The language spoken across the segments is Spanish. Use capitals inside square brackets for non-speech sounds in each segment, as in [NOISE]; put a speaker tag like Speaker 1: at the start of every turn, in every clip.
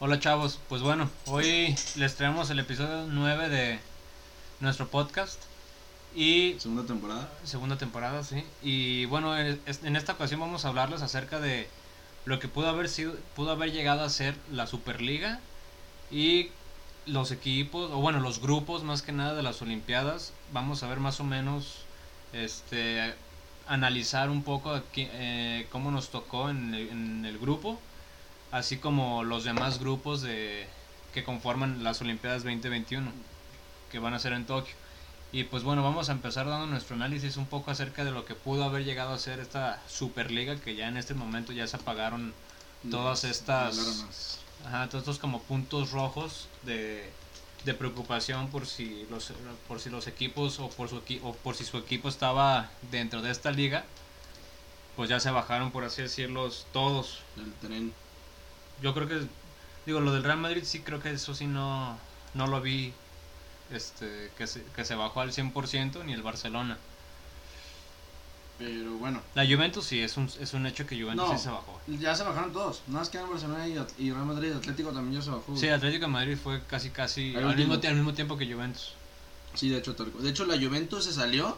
Speaker 1: Hola chavos, pues bueno, hoy les traemos el episodio 9 de nuestro podcast y
Speaker 2: Segunda temporada.
Speaker 1: segunda temporada, sí. Y bueno, en es- en esta ocasión vamos a hablarles acerca de lo que pudo haber sido pudo haber llegado a ser la Superliga y los equipos o bueno, los grupos más que nada de las Olimpiadas. Vamos a ver más o menos este analizar un poco aquí, eh, cómo nos tocó en el, en el grupo, así como los demás grupos de que conforman las Olimpiadas 2021 que van a ser en Tokio. Y pues bueno, vamos a empezar dando nuestro análisis un poco acerca de lo que pudo haber llegado a ser esta Superliga, que ya en este momento ya se apagaron Todas
Speaker 2: Las
Speaker 1: estas-
Speaker 2: alarmas.
Speaker 1: ajá, todos estos como puntos rojos de, de preocupación por si los por si los equipos o por su equi- o por si su equipo estaba dentro de esta liga, pues ya se bajaron por así decirlos todos.
Speaker 2: El tren.
Speaker 1: Yo creo que digo lo del Real Madrid sí creo que eso sí no no lo vi este que se, que se bajó al 100% ni el Barcelona.
Speaker 2: Pero bueno,
Speaker 1: La Juventus sí, es un, es un hecho que Juventus
Speaker 2: No.
Speaker 1: sí se bajó.
Speaker 2: ya se bajaron todos. Nada más quedan Barcelona y, At- y Real Madrid. Atlético también ya se bajó.
Speaker 1: Sí, Atlético de Madrid fue casi casi
Speaker 2: Al
Speaker 1: al mismo,
Speaker 2: último.
Speaker 1: tie- al mismo tiempo que Juventus.
Speaker 2: Sí, de hecho, tal cual. De hecho, la Juventus se salió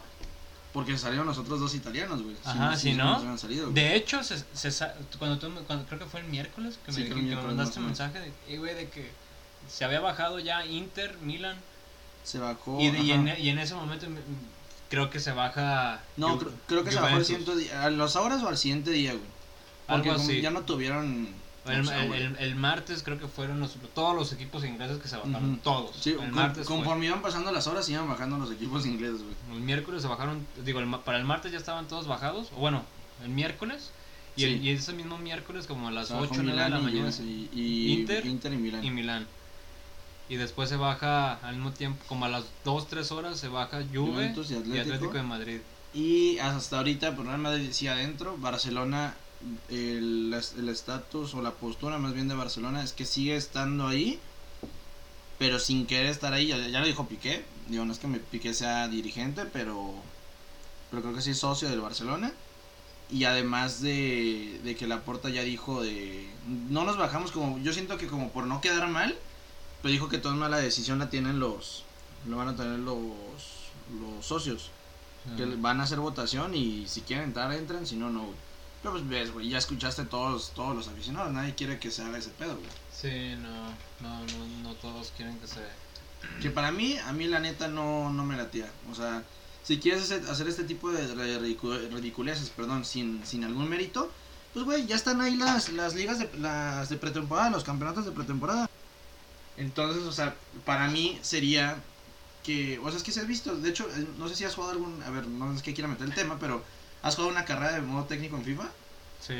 Speaker 2: porque salieron los otros dos italianos, güey.
Speaker 1: Ajá, si no,
Speaker 2: se hubieran salido, güey.
Speaker 1: De hecho, se, se sa- cuando tú me- cuando- creo que fue el miércoles que me,
Speaker 2: Sí, creo
Speaker 1: que me
Speaker 2: miércoles,
Speaker 1: mandaste un
Speaker 2: más o
Speaker 1: mensaje de, "Ey, güey, de que se había bajado ya Inter, Milan,
Speaker 2: Se bajó.
Speaker 1: y, de- y en,
Speaker 2: Oh, ajá.
Speaker 1: y en ese momento mm, creo que se baja.
Speaker 2: No,
Speaker 1: Ju-
Speaker 2: creo, creo que se bajó el
Speaker 1: Juventus.
Speaker 2: siguiente día. A las horas o al siguiente día, güey. Porque
Speaker 1: Algo
Speaker 2: como
Speaker 1: así.
Speaker 2: ya no tuvieron.
Speaker 1: el,
Speaker 2: opción,
Speaker 1: el-
Speaker 2: güey.
Speaker 1: el- el martes creo que fueron los- todos los equipos ingleses que se bajaron,
Speaker 2: Ujú.
Speaker 1: todos.
Speaker 2: Sí,
Speaker 1: el
Speaker 2: con-
Speaker 1: martes pues. fue.
Speaker 2: conforme iban pasando las horas, iban bajando los equipos ingleses, güey.
Speaker 1: El miércoles se bajaron, digo, el ma- para el martes ya estaban todos bajados, o bueno, el miércoles, y, el-
Speaker 2: Sí.
Speaker 1: y ese mismo miércoles como a las
Speaker 2: Se bajó
Speaker 1: 8 de la
Speaker 2: Milán y-
Speaker 1: mañana
Speaker 2: Y, y-
Speaker 1: Inter.
Speaker 2: Inter y Milán.
Speaker 1: y Milán. Y después se baja al mismo tiempo, como a las 2, 3 horas se baja Juve
Speaker 2: Juventus y
Speaker 1: y Atlético.
Speaker 2: Atlético.
Speaker 1: de Madrid.
Speaker 2: Y hasta ahorita, por Real Madrid sí adentro, Barcelona, el es- el estatus o la postura más bien de Barcelona es que sigue estando ahí, pero sin querer estar ahí, ya, ya lo dijo Piqué, digo, no es que me- Piqué sea dirigente, pero, pero creo que sí es socio del Barcelona. Y además de, de que Laporta ya dijo de... No nos bajamos como... Yo siento que como por no quedar mal, pero dijo que toda mala decisión la tienen los... Lo van a tener los, los socios. Que le- van a hacer votación y si quieren entrar, entran, si no, no, güey. Pero pues ves, güey, ya escuchaste todos, todos los aficionados, nadie quiere que se haga ese pedo, güey.
Speaker 1: Sí, no, no, no, no todos quieren que se...
Speaker 2: Que para mí, a mí la neta no, no me latía. O sea, si quieres hacer, hacer este tipo de re- ridicu- ridiculeces, perdón, sin, sin algún mérito, pues güey, ya están ahí las, las ligas de, las de pretemporada, los campeonatos de pretemporada. Entonces, o sea, para mí sería que, o sea, es que se has visto, de hecho, eh, no sé si has jugado algún, a ver, no es que quiera meter el tema, pero ¿has jugado una carrera de modo técnico en FIFA?
Speaker 1: Sí,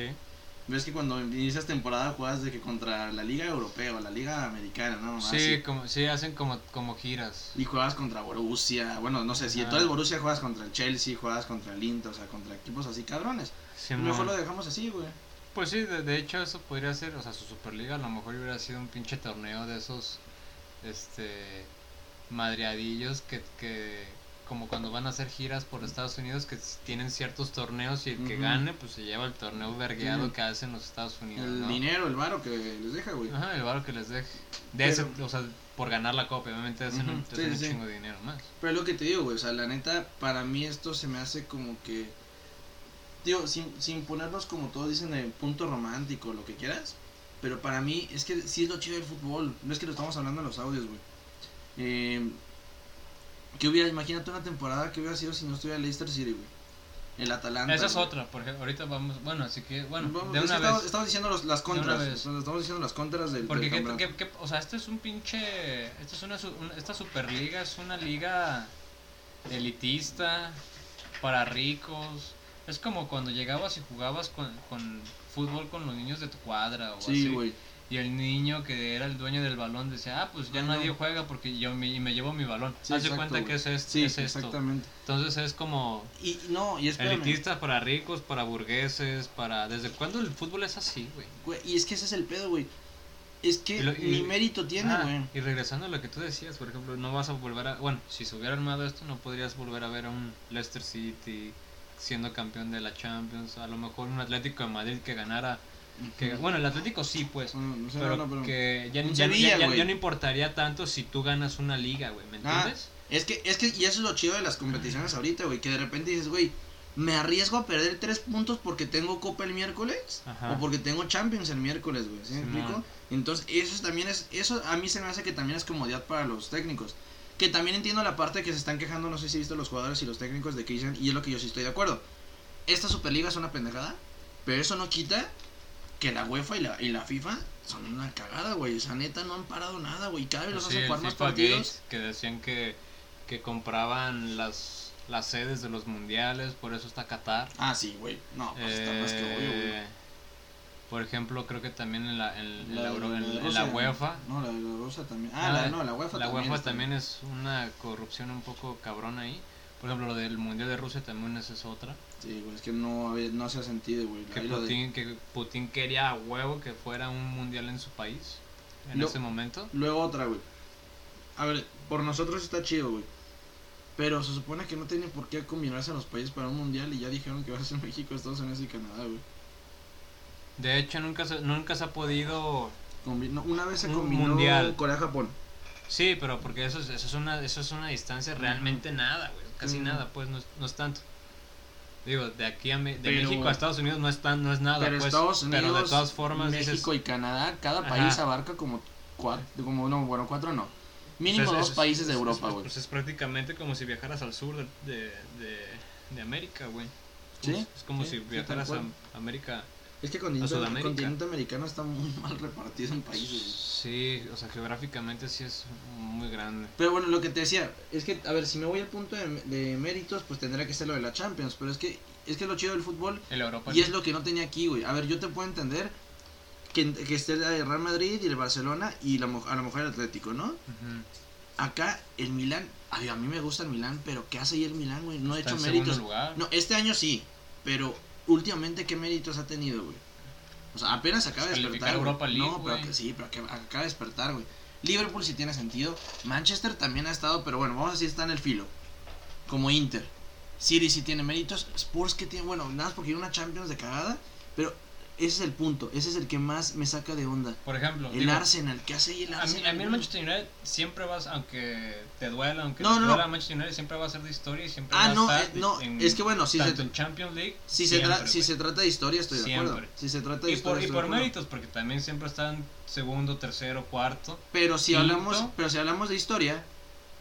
Speaker 2: Ves que cuando inicias temporada juegas de que contra la liga europea o la liga americana, ¿no?
Speaker 1: sí,
Speaker 2: Así.
Speaker 1: Como, sí hacen como, como giras.
Speaker 2: Ah, Y juegas contra Borussia, bueno, no sé, si
Speaker 1: Ajá.
Speaker 2: tú eres Borussia juegas contra el Chelsea, juegas contra el Inter, o sea, contra equipos así cabrones.
Speaker 1: Simón.
Speaker 2: Mejor lo dejamos así, güey.
Speaker 1: Pues sí, de, de hecho eso podría ser, o sea, su Superliga a lo mejor hubiera sido un pinche torneo de esos, este, madreadillos que, que como cuando van a hacer giras por Estados Unidos que s- tienen ciertos torneos y el que
Speaker 2: Ujú.
Speaker 1: gane pues se lleva el torneo vergueado
Speaker 2: Sí.
Speaker 1: que hacen los Estados Unidos,
Speaker 2: El
Speaker 1: ¿no?
Speaker 2: dinero, el varo que les deja, güey.
Speaker 1: Ajá, el varo que les deje. De
Speaker 2: Pero-
Speaker 1: ese, o sea, por ganar la copa, obviamente hacen un,
Speaker 2: Ujú, sí,
Speaker 1: hacen un
Speaker 2: sí, sí.
Speaker 1: chingo de dinero más.
Speaker 2: Pero es lo que te digo, güey, o sea, la neta, para mí esto se me hace como que... Digo, sin, sin ponernos como todos dicen de punto romántico, lo que quieras, pero para mí es que sí es lo chido del fútbol, no es que lo estamos hablando en los audios, güey. Eh, ¿Qué hubiera, imagínate una temporada que hubiera sido si no estuviera Leicester City, güey? El Atalanta.
Speaker 1: Esa es
Speaker 2: güey.
Speaker 1: otra, porque ahorita vamos, bueno, así que, bueno,
Speaker 2: Vamos,
Speaker 1: de
Speaker 2: es que
Speaker 1: una vez.
Speaker 2: estamos, estamos diciendo los- las
Speaker 1: una
Speaker 2: contras,
Speaker 1: vez.
Speaker 2: o sea, estamos diciendo las contras del...
Speaker 1: Porque,
Speaker 2: del
Speaker 1: qué-
Speaker 2: campeonato.
Speaker 1: qué- qué- o sea, esto es un pinche. Esto es una, su- una- esta Superliga es una liga elitista, para ricos. Es como cuando llegabas y jugabas con, con fútbol con los niños de tu cuadra o así.
Speaker 2: Sí, güey.
Speaker 1: Y el niño que era el dueño del balón decía, ah, pues ya
Speaker 2: Ah, no.
Speaker 1: nadie juega porque yo me, y me llevo mi balón.
Speaker 2: Sí,
Speaker 1: Haz de
Speaker 2: exacto,
Speaker 1: cuenta
Speaker 2: güey.
Speaker 1: que es, es-
Speaker 2: Sí,
Speaker 1: es esto.
Speaker 2: exactamente.
Speaker 1: Entonces es como
Speaker 2: Y y no, y espérame.
Speaker 1: elitista para ricos, para burgueses, para... ¿Desde cuándo el fútbol es así, güey?
Speaker 2: Güey, y es que ese es el pedo, güey. Es que
Speaker 1: Y lo- y-
Speaker 2: ni mérito tiene,
Speaker 1: Ah,
Speaker 2: güey.
Speaker 1: Y regresando a lo que tú decías, por ejemplo, no vas a volver a. Bueno, si se hubiera armado esto, no podrías volver a ver a un Leicester City siendo campeón de la Champions. A lo mejor un Atlético de Madrid que ganara Que, bueno, el Atlético sí, pues.
Speaker 2: No, no sé,
Speaker 1: pero
Speaker 2: no, no, pero-
Speaker 1: que ya,
Speaker 2: Un
Speaker 1: ya-
Speaker 2: Sevilla,
Speaker 1: ya- ya-
Speaker 2: güey.
Speaker 1: ya no importaría tanto si tú ganas una liga, güey, ¿me
Speaker 2: Ah,
Speaker 1: entiendes?
Speaker 2: Es que, es que, y eso es lo chido de las competiciones ahorita, güey, que de repente dices, güey, me arriesgo a perder tres puntos porque tengo Copa el miércoles
Speaker 1: Ajá.
Speaker 2: o porque tengo Champions el miércoles, güey, ¿sí me
Speaker 1: Simón.
Speaker 2: explico? Entonces, eso es- también es, eso a mí se me hace que también es comodidad para los técnicos. Que también entiendo la parte que se están quejando, no sé si viste los jugadores y los técnicos de que dicen, y es lo que yo sí estoy de acuerdo. Esta Superliga es una pendejada, pero eso no quita que la UEFA y la, y la FIFA son una cagada, güey. O sea, neta, no han parado nada, güey. Cada vez los
Speaker 1: Pues Sí,
Speaker 2: hacen
Speaker 1: el
Speaker 2: jugar más
Speaker 1: FIFA
Speaker 2: partidos.
Speaker 1: Gates, que decían que, que compraban las, las sedes de los mundiales, por eso está Qatar.
Speaker 2: Ah, sí, güey. No, pues está más que obvio, güey.
Speaker 1: Eh, por ejemplo, creo que también en la, en, en la,
Speaker 2: de-
Speaker 1: Euro- en-
Speaker 2: de
Speaker 1: en
Speaker 2: Rusia,
Speaker 1: la UEFA.
Speaker 2: No, la de la Rusia también. Ah, la, no, la UEFA
Speaker 1: la
Speaker 2: también.
Speaker 1: UEFA
Speaker 2: está-
Speaker 1: también es una corrupción un poco cabrona ahí. Por ejemplo, lo del Mundial de Rusia también esa es otra.
Speaker 2: Sí, güey, es que no, había- no se ha sentido, güey.
Speaker 1: Que
Speaker 2: Ahí lo de-
Speaker 1: Putin, que Putin quería a huevo que fuera un mundial en su país en
Speaker 2: No.
Speaker 1: ese momento.
Speaker 2: Luego otra, güey. A ver, por nosotros está chido, güey. Pero se supone que no tienen por qué combinarse los países para un mundial y ya dijeron que va a ser [LAUGHS] México, Estados Unidos y Canadá, güey.
Speaker 1: De hecho, nunca se, nunca se ha podido.
Speaker 2: Combi- no, una vez se
Speaker 1: Un
Speaker 2: combinó
Speaker 1: mundial.
Speaker 2: Corea-Japón.
Speaker 1: Sí, pero porque eso es, eso es, una, eso es una distancia realmente nada, güey. Casi
Speaker 2: Ujú.
Speaker 1: nada, pues no es, no es tanto. Digo, de aquí a Me- de
Speaker 2: Pero-
Speaker 1: México a Estados Unidos no es, tan, no es nada,
Speaker 2: pero
Speaker 1: pues.
Speaker 2: Estados Unidos,
Speaker 1: pero de todas formas, dices, pues,
Speaker 2: México y Canadá, cada
Speaker 1: Ajá.
Speaker 2: país abarca como cuatro, como no, bueno, cuatro no. Mínimo
Speaker 1: pues, es-
Speaker 2: dos
Speaker 1: es-
Speaker 2: países de
Speaker 1: es-
Speaker 2: Europa,
Speaker 1: es-
Speaker 2: güey.
Speaker 1: Pues es prácticamente como si viajaras al sur de, de, de, de América, güey. Es como
Speaker 2: Sí,
Speaker 1: si- Es como
Speaker 2: sí,
Speaker 1: si
Speaker 2: sí, tal
Speaker 1: viajaras a
Speaker 2: cual.
Speaker 1: América.
Speaker 2: Es que el continente,
Speaker 1: A Sudamérica.
Speaker 2: continente americano está muy [LAUGHS] mal repartido en países.
Speaker 1: Sí, o sea, geográficamente sí es muy grande.
Speaker 2: Pero bueno, lo que te decía, es que, a ver, si me voy al punto de, de méritos, pues tendría que ser lo de la Champions. Pero es que es que es lo chido del fútbol
Speaker 1: El Europa
Speaker 2: y es lo que no tenía aquí, güey. A ver, yo te puedo entender que, que esté el Real Madrid y el Barcelona y la, mo- a lo mejor el Atlético, ¿no?
Speaker 1: Ujú.
Speaker 2: Acá el Milán, ay, a mí me gusta el Milán, pero ¿qué hace ahí el Milán, güey? No ha
Speaker 1: Está
Speaker 2: hecho
Speaker 1: en segundo
Speaker 2: méritos.
Speaker 1: lugar.
Speaker 2: No, este año sí, pero últimamente qué méritos ha tenido, güey. O sea, apenas acaba de
Speaker 1: Calificar
Speaker 2: despertar. güey.
Speaker 1: Europa League,
Speaker 2: no, pero
Speaker 1: güey.
Speaker 2: que sí, pero que acaba de despertar, güey. Liverpool sí tiene sentido. Manchester también ha estado, pero bueno, vamos a decir está en el filo. Como Inter. City sí tiene méritos. Spurs que tiene, bueno, nada más porque era una Champions de cagada, pero ese es el punto, ese es el que más me saca de onda.
Speaker 1: Por ejemplo,
Speaker 2: El
Speaker 1: digo,
Speaker 2: Arsenal, ¿qué hace ahí el
Speaker 1: a mí,
Speaker 2: Arsenal?
Speaker 1: a mí el
Speaker 2: güey?
Speaker 1: Manchester United siempre vas, aunque te duela, aunque
Speaker 2: No,
Speaker 1: te
Speaker 2: no,
Speaker 1: duela,
Speaker 2: no.
Speaker 1: Manchester United siempre va a ser de historia y siempre
Speaker 2: Ah,
Speaker 1: va a
Speaker 2: no,
Speaker 1: estar
Speaker 2: eh, no,
Speaker 1: en-
Speaker 2: es que bueno, si se-
Speaker 1: tanto en Champions League,
Speaker 2: Si se, tra-
Speaker 1: siempre,
Speaker 2: si
Speaker 1: güey.
Speaker 2: se trata de historia, estoy de acuerdo.
Speaker 1: Siempre.
Speaker 2: Si se trata de
Speaker 1: y
Speaker 2: historia,
Speaker 1: por, y
Speaker 2: estoy de
Speaker 1: por
Speaker 2: acuerdo.
Speaker 1: méritos, porque también siempre están segundo, tercero, cuarto.
Speaker 2: Pero si
Speaker 1: Quinto.
Speaker 2: hablamos, pero si hablamos de historia,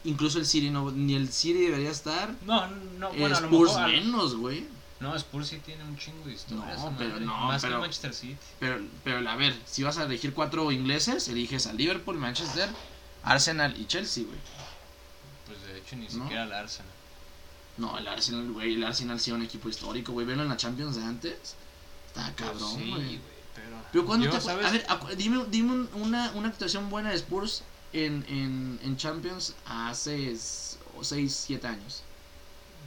Speaker 2: incluso el City no, ni el City debería estar.
Speaker 1: No, no,
Speaker 2: Eh,
Speaker 1: Ah, bueno, a lo
Speaker 2: Spurs
Speaker 1: mejor.
Speaker 2: menos, güey.
Speaker 1: No, Spurs sí tiene un chingo de historia.
Speaker 2: No,
Speaker 1: esa
Speaker 2: pero
Speaker 1: madre,
Speaker 2: no,
Speaker 1: Más
Speaker 2: pero-
Speaker 1: que Manchester City.
Speaker 2: Pero, pero a ver, si vas a elegir cuatro ingleses, eliges a Liverpool, Manchester, Arsenal y Chelsea, güey.
Speaker 1: Pues de hecho, ni
Speaker 2: No.
Speaker 1: siquiera el Arsenal.
Speaker 2: No, el Arsenal, güey, el Arsenal sí era un equipo histórico, güey. Verlo en la Champions de antes, está cabrón,
Speaker 1: Pues sí,
Speaker 2: güey.
Speaker 1: güey, pero.
Speaker 2: Pero cuando
Speaker 1: Yo,
Speaker 2: te acu-
Speaker 1: ¿sabes?
Speaker 2: A ver, acu- dime, dime un- una, una actuación buena de Spurs en, en, en Champions hace 6, 7 años.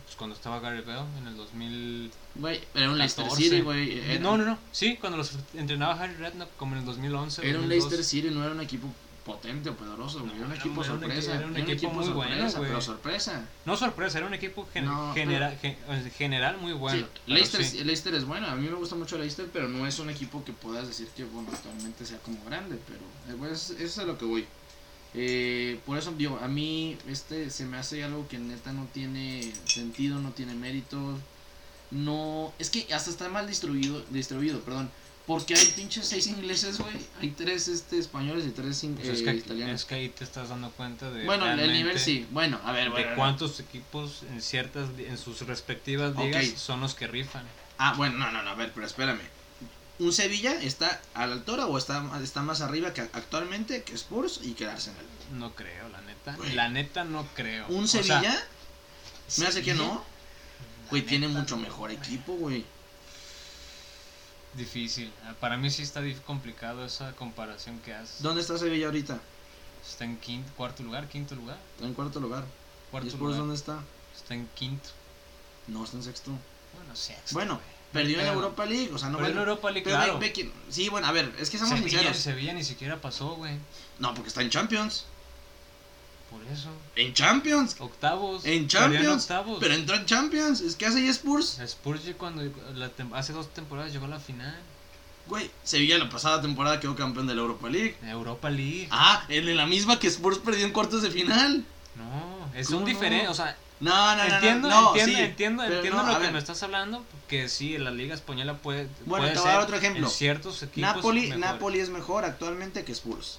Speaker 1: Pues cuando estaba Gary Bell en el 2000.
Speaker 2: Güey, era un Leicester
Speaker 1: 14.
Speaker 2: City, güey. era-
Speaker 1: no, no, no. Sí, cuando los entrenaba Harry Redknapp como en el 2011.
Speaker 2: Era un
Speaker 1: 2012.
Speaker 2: Leicester City, no era un equipo potente o poderoso, güey.
Speaker 1: No,
Speaker 2: Era un
Speaker 1: era
Speaker 2: equipo
Speaker 1: un- era un
Speaker 2: sorpresa.
Speaker 1: equi-
Speaker 2: Era un equipo muy
Speaker 1: bueno,
Speaker 2: sorpresa,
Speaker 1: güey.
Speaker 2: pero sorpresa.
Speaker 1: No sorpresa, era un equipo gen-
Speaker 2: No, pero-
Speaker 1: genera- gen- en general muy bueno.
Speaker 2: Sí,
Speaker 1: pero
Speaker 2: Leicester,
Speaker 1: sí.
Speaker 2: Leicester es bueno. A mí me gusta mucho Leicester, pero no es un equipo que puedas decir que, bueno, actualmente sea como grande. Pero eh, bueno, es- eso es a lo que voy. Eh, por eso, digo, a mí este se me hace algo que neta no tiene sentido, no tiene méritos. No, es que hasta está mal distribuido, distribuido, perdón. Porque hay pinches seis ingleses, güey. Hay tres este, españoles y tres in-
Speaker 1: Pues es,
Speaker 2: eh,
Speaker 1: que, aquí-
Speaker 2: italianos.
Speaker 1: es que ahí te estás dando cuenta de.
Speaker 2: Bueno, el- el
Speaker 1: realmente
Speaker 2: nivel sí. Bueno, a ver, bueno.
Speaker 1: De cuántos equipos en ciertas en sus respectivas ligas
Speaker 2: Ok.
Speaker 1: son los que rifan.
Speaker 2: Ah, bueno, no, no, no, a ver, pero espérame. ¿Un Sevilla está a la altura o está, está más arriba que actualmente que Spurs y que el Arsenal?
Speaker 1: No creo, la neta.
Speaker 2: Güey.
Speaker 1: La neta no creo.
Speaker 2: ¿Un
Speaker 1: O sea,
Speaker 2: Sevilla? me hace que
Speaker 1: Sevilla,
Speaker 2: no. Güey,
Speaker 1: la
Speaker 2: tiene
Speaker 1: neta,
Speaker 2: mucho mejor equipo, güey.
Speaker 1: Difícil. Ah, Para mí sí está dif- complicado esa comparación que haces.
Speaker 2: ¿Dónde está Sevilla ahorita?
Speaker 1: Está en quinto, cuarto lugar, quinto lugar.
Speaker 2: Está en cuarto lugar. ¿Y
Speaker 1: Cuarto
Speaker 2: Spurs
Speaker 1: lugar.
Speaker 2: dónde está?
Speaker 1: Está en quinto.
Speaker 2: No, está en sexto.
Speaker 1: Bueno, sexto,
Speaker 2: Bueno,
Speaker 1: güey. No
Speaker 2: Perdió en
Speaker 1: pedo.
Speaker 2: Europa League, o sea, no
Speaker 1: Perdió en
Speaker 2: vale-
Speaker 1: Europa League,
Speaker 2: Pero ve-
Speaker 1: claro.
Speaker 2: ve quién- Sí, bueno, a ver, es que seamos
Speaker 1: Sevilla,
Speaker 2: sinceros.
Speaker 1: Sevilla ni siquiera pasó, güey.
Speaker 2: No, porque está en Champions.
Speaker 1: Por eso.
Speaker 2: En Champions.
Speaker 1: Octavos. Perdió
Speaker 2: En
Speaker 1: en
Speaker 2: Champions.
Speaker 1: octavos.
Speaker 2: Pero entró en Champions. Es que hace ahí Spurs.
Speaker 1: Spurs cuando la tem- hace dos temporadas llegó a la final.
Speaker 2: Güey, Sevilla la pasada temporada quedó campeón de la Europa League.
Speaker 1: Europa League.
Speaker 2: Ah, el de la misma que Spurs perdió en cuartos de final.
Speaker 1: No,
Speaker 2: ¿Cómo
Speaker 1: son
Speaker 2: no?
Speaker 1: diferentes. O sea,
Speaker 2: No, no, no, no,
Speaker 1: entiendo,
Speaker 2: no,
Speaker 1: entiendo,
Speaker 2: sí,
Speaker 1: entiendo,
Speaker 2: pero
Speaker 1: entiendo
Speaker 2: no, a
Speaker 1: lo que
Speaker 2: ver,
Speaker 1: me estás hablando. Que sí, la Liga Española puede.
Speaker 2: Bueno,
Speaker 1: puede
Speaker 2: te voy a dar
Speaker 1: ser
Speaker 2: otro ejemplo.
Speaker 1: en ciertos equipos.
Speaker 2: Napoli,
Speaker 1: mejor.
Speaker 2: Napoli es mejor actualmente que Spurs.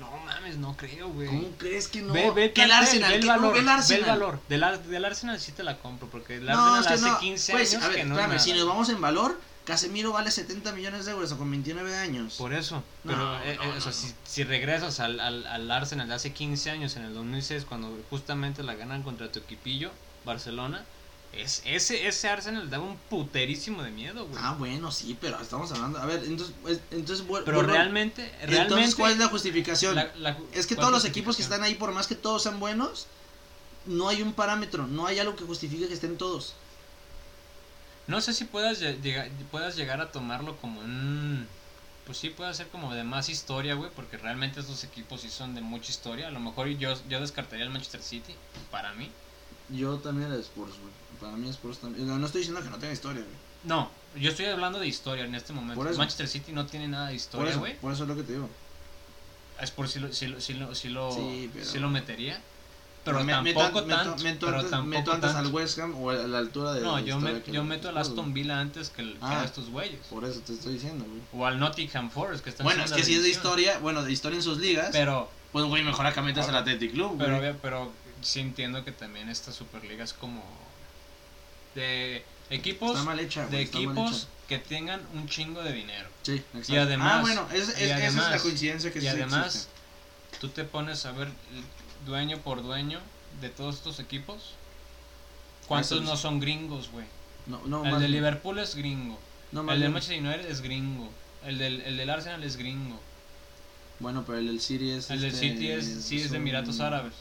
Speaker 1: No mames, no creo, güey.
Speaker 2: ¿Cómo crees que no?
Speaker 1: Ve, ve el
Speaker 2: que el
Speaker 1: plantel,
Speaker 2: Arsenal,
Speaker 1: ve el
Speaker 2: que
Speaker 1: valor,
Speaker 2: no, ve el Arsenal.
Speaker 1: Ve el valor. Del, Ar- del Arsenal sí te la compro, porque el
Speaker 2: No,
Speaker 1: Arsenal
Speaker 2: es que
Speaker 1: hace
Speaker 2: no.
Speaker 1: 15
Speaker 2: Pues,
Speaker 1: años
Speaker 2: a ver,
Speaker 1: que no es
Speaker 2: espérame, si
Speaker 1: nada.
Speaker 2: nos vamos en valor, Casemiro vale 70 millones de euros o con 29 años.
Speaker 1: Por eso,
Speaker 2: No,
Speaker 1: pero
Speaker 2: no,
Speaker 1: eh, eh,
Speaker 2: no,
Speaker 1: o sea,
Speaker 2: no.
Speaker 1: Si, si regresas al, al, al Arsenal de hace 15 años, en el 2006, cuando justamente la ganan contra tu equipillo, Barcelona, es, ese, ese Arsenal daba un puterísimo de miedo, güey.
Speaker 2: Ah, bueno, sí, pero estamos hablando. A ver, entonces, pues, entonces vuel-
Speaker 1: pero
Speaker 2: vuelvo-
Speaker 1: realmente, realmente...
Speaker 2: entonces, ¿cuál es la justificación?
Speaker 1: la- la-
Speaker 2: es que
Speaker 1: ¿cuál
Speaker 2: todos los equipos que
Speaker 1: justificación?
Speaker 2: están ahí, por más que todos sean buenos, no hay un parámetro, no hay algo que justifique que estén todos.
Speaker 1: No sé si puedas, lle- llega- puedas llegar a tomarlo como un... Pues sí, puede ser como de más historia, güey, porque realmente estos equipos sí son de mucha historia. A lo mejor yo, yo descartaría el Manchester City, para mí.
Speaker 2: Yo también era de Spurs, güey. Para mí Spurs también. No, no estoy diciendo que no tenga historia, güey.
Speaker 1: No, yo estoy hablando de historia en este momento.
Speaker 2: Por eso.
Speaker 1: Manchester City no tiene nada de
Speaker 2: Por
Speaker 1: historia,
Speaker 2: eso,
Speaker 1: güey.
Speaker 2: por eso es lo que te digo.
Speaker 1: Es por si lo, si lo, si lo, si lo,
Speaker 2: Sí, pero-
Speaker 1: sí lo metería. Pero
Speaker 2: Me- meto-
Speaker 1: tampoco
Speaker 2: meto-
Speaker 1: tanto.
Speaker 2: Meto,
Speaker 1: pero
Speaker 2: antes,
Speaker 1: tampoco
Speaker 2: meto antes al
Speaker 1: tanto.
Speaker 2: West Ham o a la altura de.
Speaker 1: No,
Speaker 2: la
Speaker 1: yo,
Speaker 2: historia
Speaker 1: me-
Speaker 2: que
Speaker 1: yo
Speaker 2: le-
Speaker 1: meto al
Speaker 2: Spurs, güey.
Speaker 1: Aston Villa antes que, el- que
Speaker 2: Ah.
Speaker 1: a estos güeyes.
Speaker 2: Por eso te estoy diciendo, güey.
Speaker 1: O al Nottingham Forest que están
Speaker 2: Bueno,
Speaker 1: en
Speaker 2: es
Speaker 1: segunda
Speaker 2: que si es de
Speaker 1: división.
Speaker 2: historia, bueno, de historia en sus ligas,
Speaker 1: Pero,
Speaker 2: pues güey, mejor acá metas al Athletic Club,
Speaker 1: pero,
Speaker 2: güey.
Speaker 1: obvia- pero sí entiendo que también esta Superliga es como de equipos,
Speaker 2: Está mal hecha, güey,
Speaker 1: de
Speaker 2: está mal
Speaker 1: equipos
Speaker 2: hecha.
Speaker 1: que tengan un chingo de dinero.
Speaker 2: Sí, exacto.
Speaker 1: y además-
Speaker 2: ah, bueno, es, es-
Speaker 1: y
Speaker 2: esa es la
Speaker 1: además-
Speaker 2: coincidencia que
Speaker 1: Y
Speaker 2: sí
Speaker 1: además,
Speaker 2: existe.
Speaker 1: tú te pones a ver dueño por dueño de todos estos equipos. ¿Cuántos
Speaker 2: Eso es-
Speaker 1: no son gringos, güey?
Speaker 2: No, no,
Speaker 1: el
Speaker 2: más
Speaker 1: de
Speaker 2: bien.
Speaker 1: Liverpool es gringo.
Speaker 2: No, más
Speaker 1: el de
Speaker 2: bien.
Speaker 1: Manchester United es gringo. El del, el del Arsenal es gringo.
Speaker 2: Bueno, pero el del City es.
Speaker 1: El del
Speaker 2: este,
Speaker 1: City es, sí, es de
Speaker 2: un-
Speaker 1: Emiratos Árabes.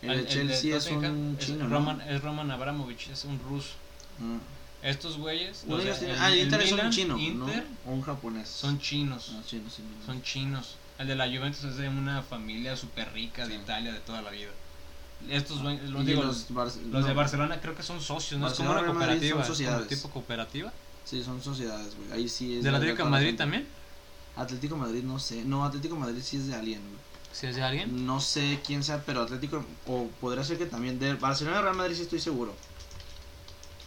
Speaker 2: El de Chelsea es un chino. ¿no?
Speaker 1: Roman, es Roman Abramovich, es un ruso.
Speaker 2: Ah.
Speaker 1: Estos güeyes,
Speaker 2: Uno
Speaker 1: o
Speaker 2: de
Speaker 1: sea,
Speaker 2: ellos tiene-
Speaker 1: el-
Speaker 2: ah, el Inter es un
Speaker 1: Milan,
Speaker 2: chino.
Speaker 1: Inter,
Speaker 2: ¿no? O un japonés.
Speaker 1: son chinos.
Speaker 2: Ah, chino, sí, no.
Speaker 1: Son chinos. El de la Juventus es de una familia súper rica de
Speaker 2: Sí. Ah,
Speaker 1: Italia de toda la vida. Estos, dueños- lo
Speaker 2: Y
Speaker 1: digo, los,
Speaker 2: los, Barce-
Speaker 1: los de
Speaker 2: no.
Speaker 1: Barcelona creo que son socios, ¿no? Es como una
Speaker 2: Barcelona, Real Madrid
Speaker 1: cooperativa.
Speaker 2: son
Speaker 1: es como
Speaker 2: sociedades.
Speaker 1: tipo cooperativa.
Speaker 2: Sí, son sociedades, güey. Ahí sí es.
Speaker 1: ¿Del Atlético de
Speaker 2: Barcelona.
Speaker 1: Madrid también?
Speaker 2: Atlético de Madrid no sé. No, Atlético de Madrid sí es de alguien, güey.
Speaker 1: Si es de alguien.
Speaker 2: No sé quién sea, pero Atlético. O podría ser que también. De Barcelona Real Madrid sí estoy seguro.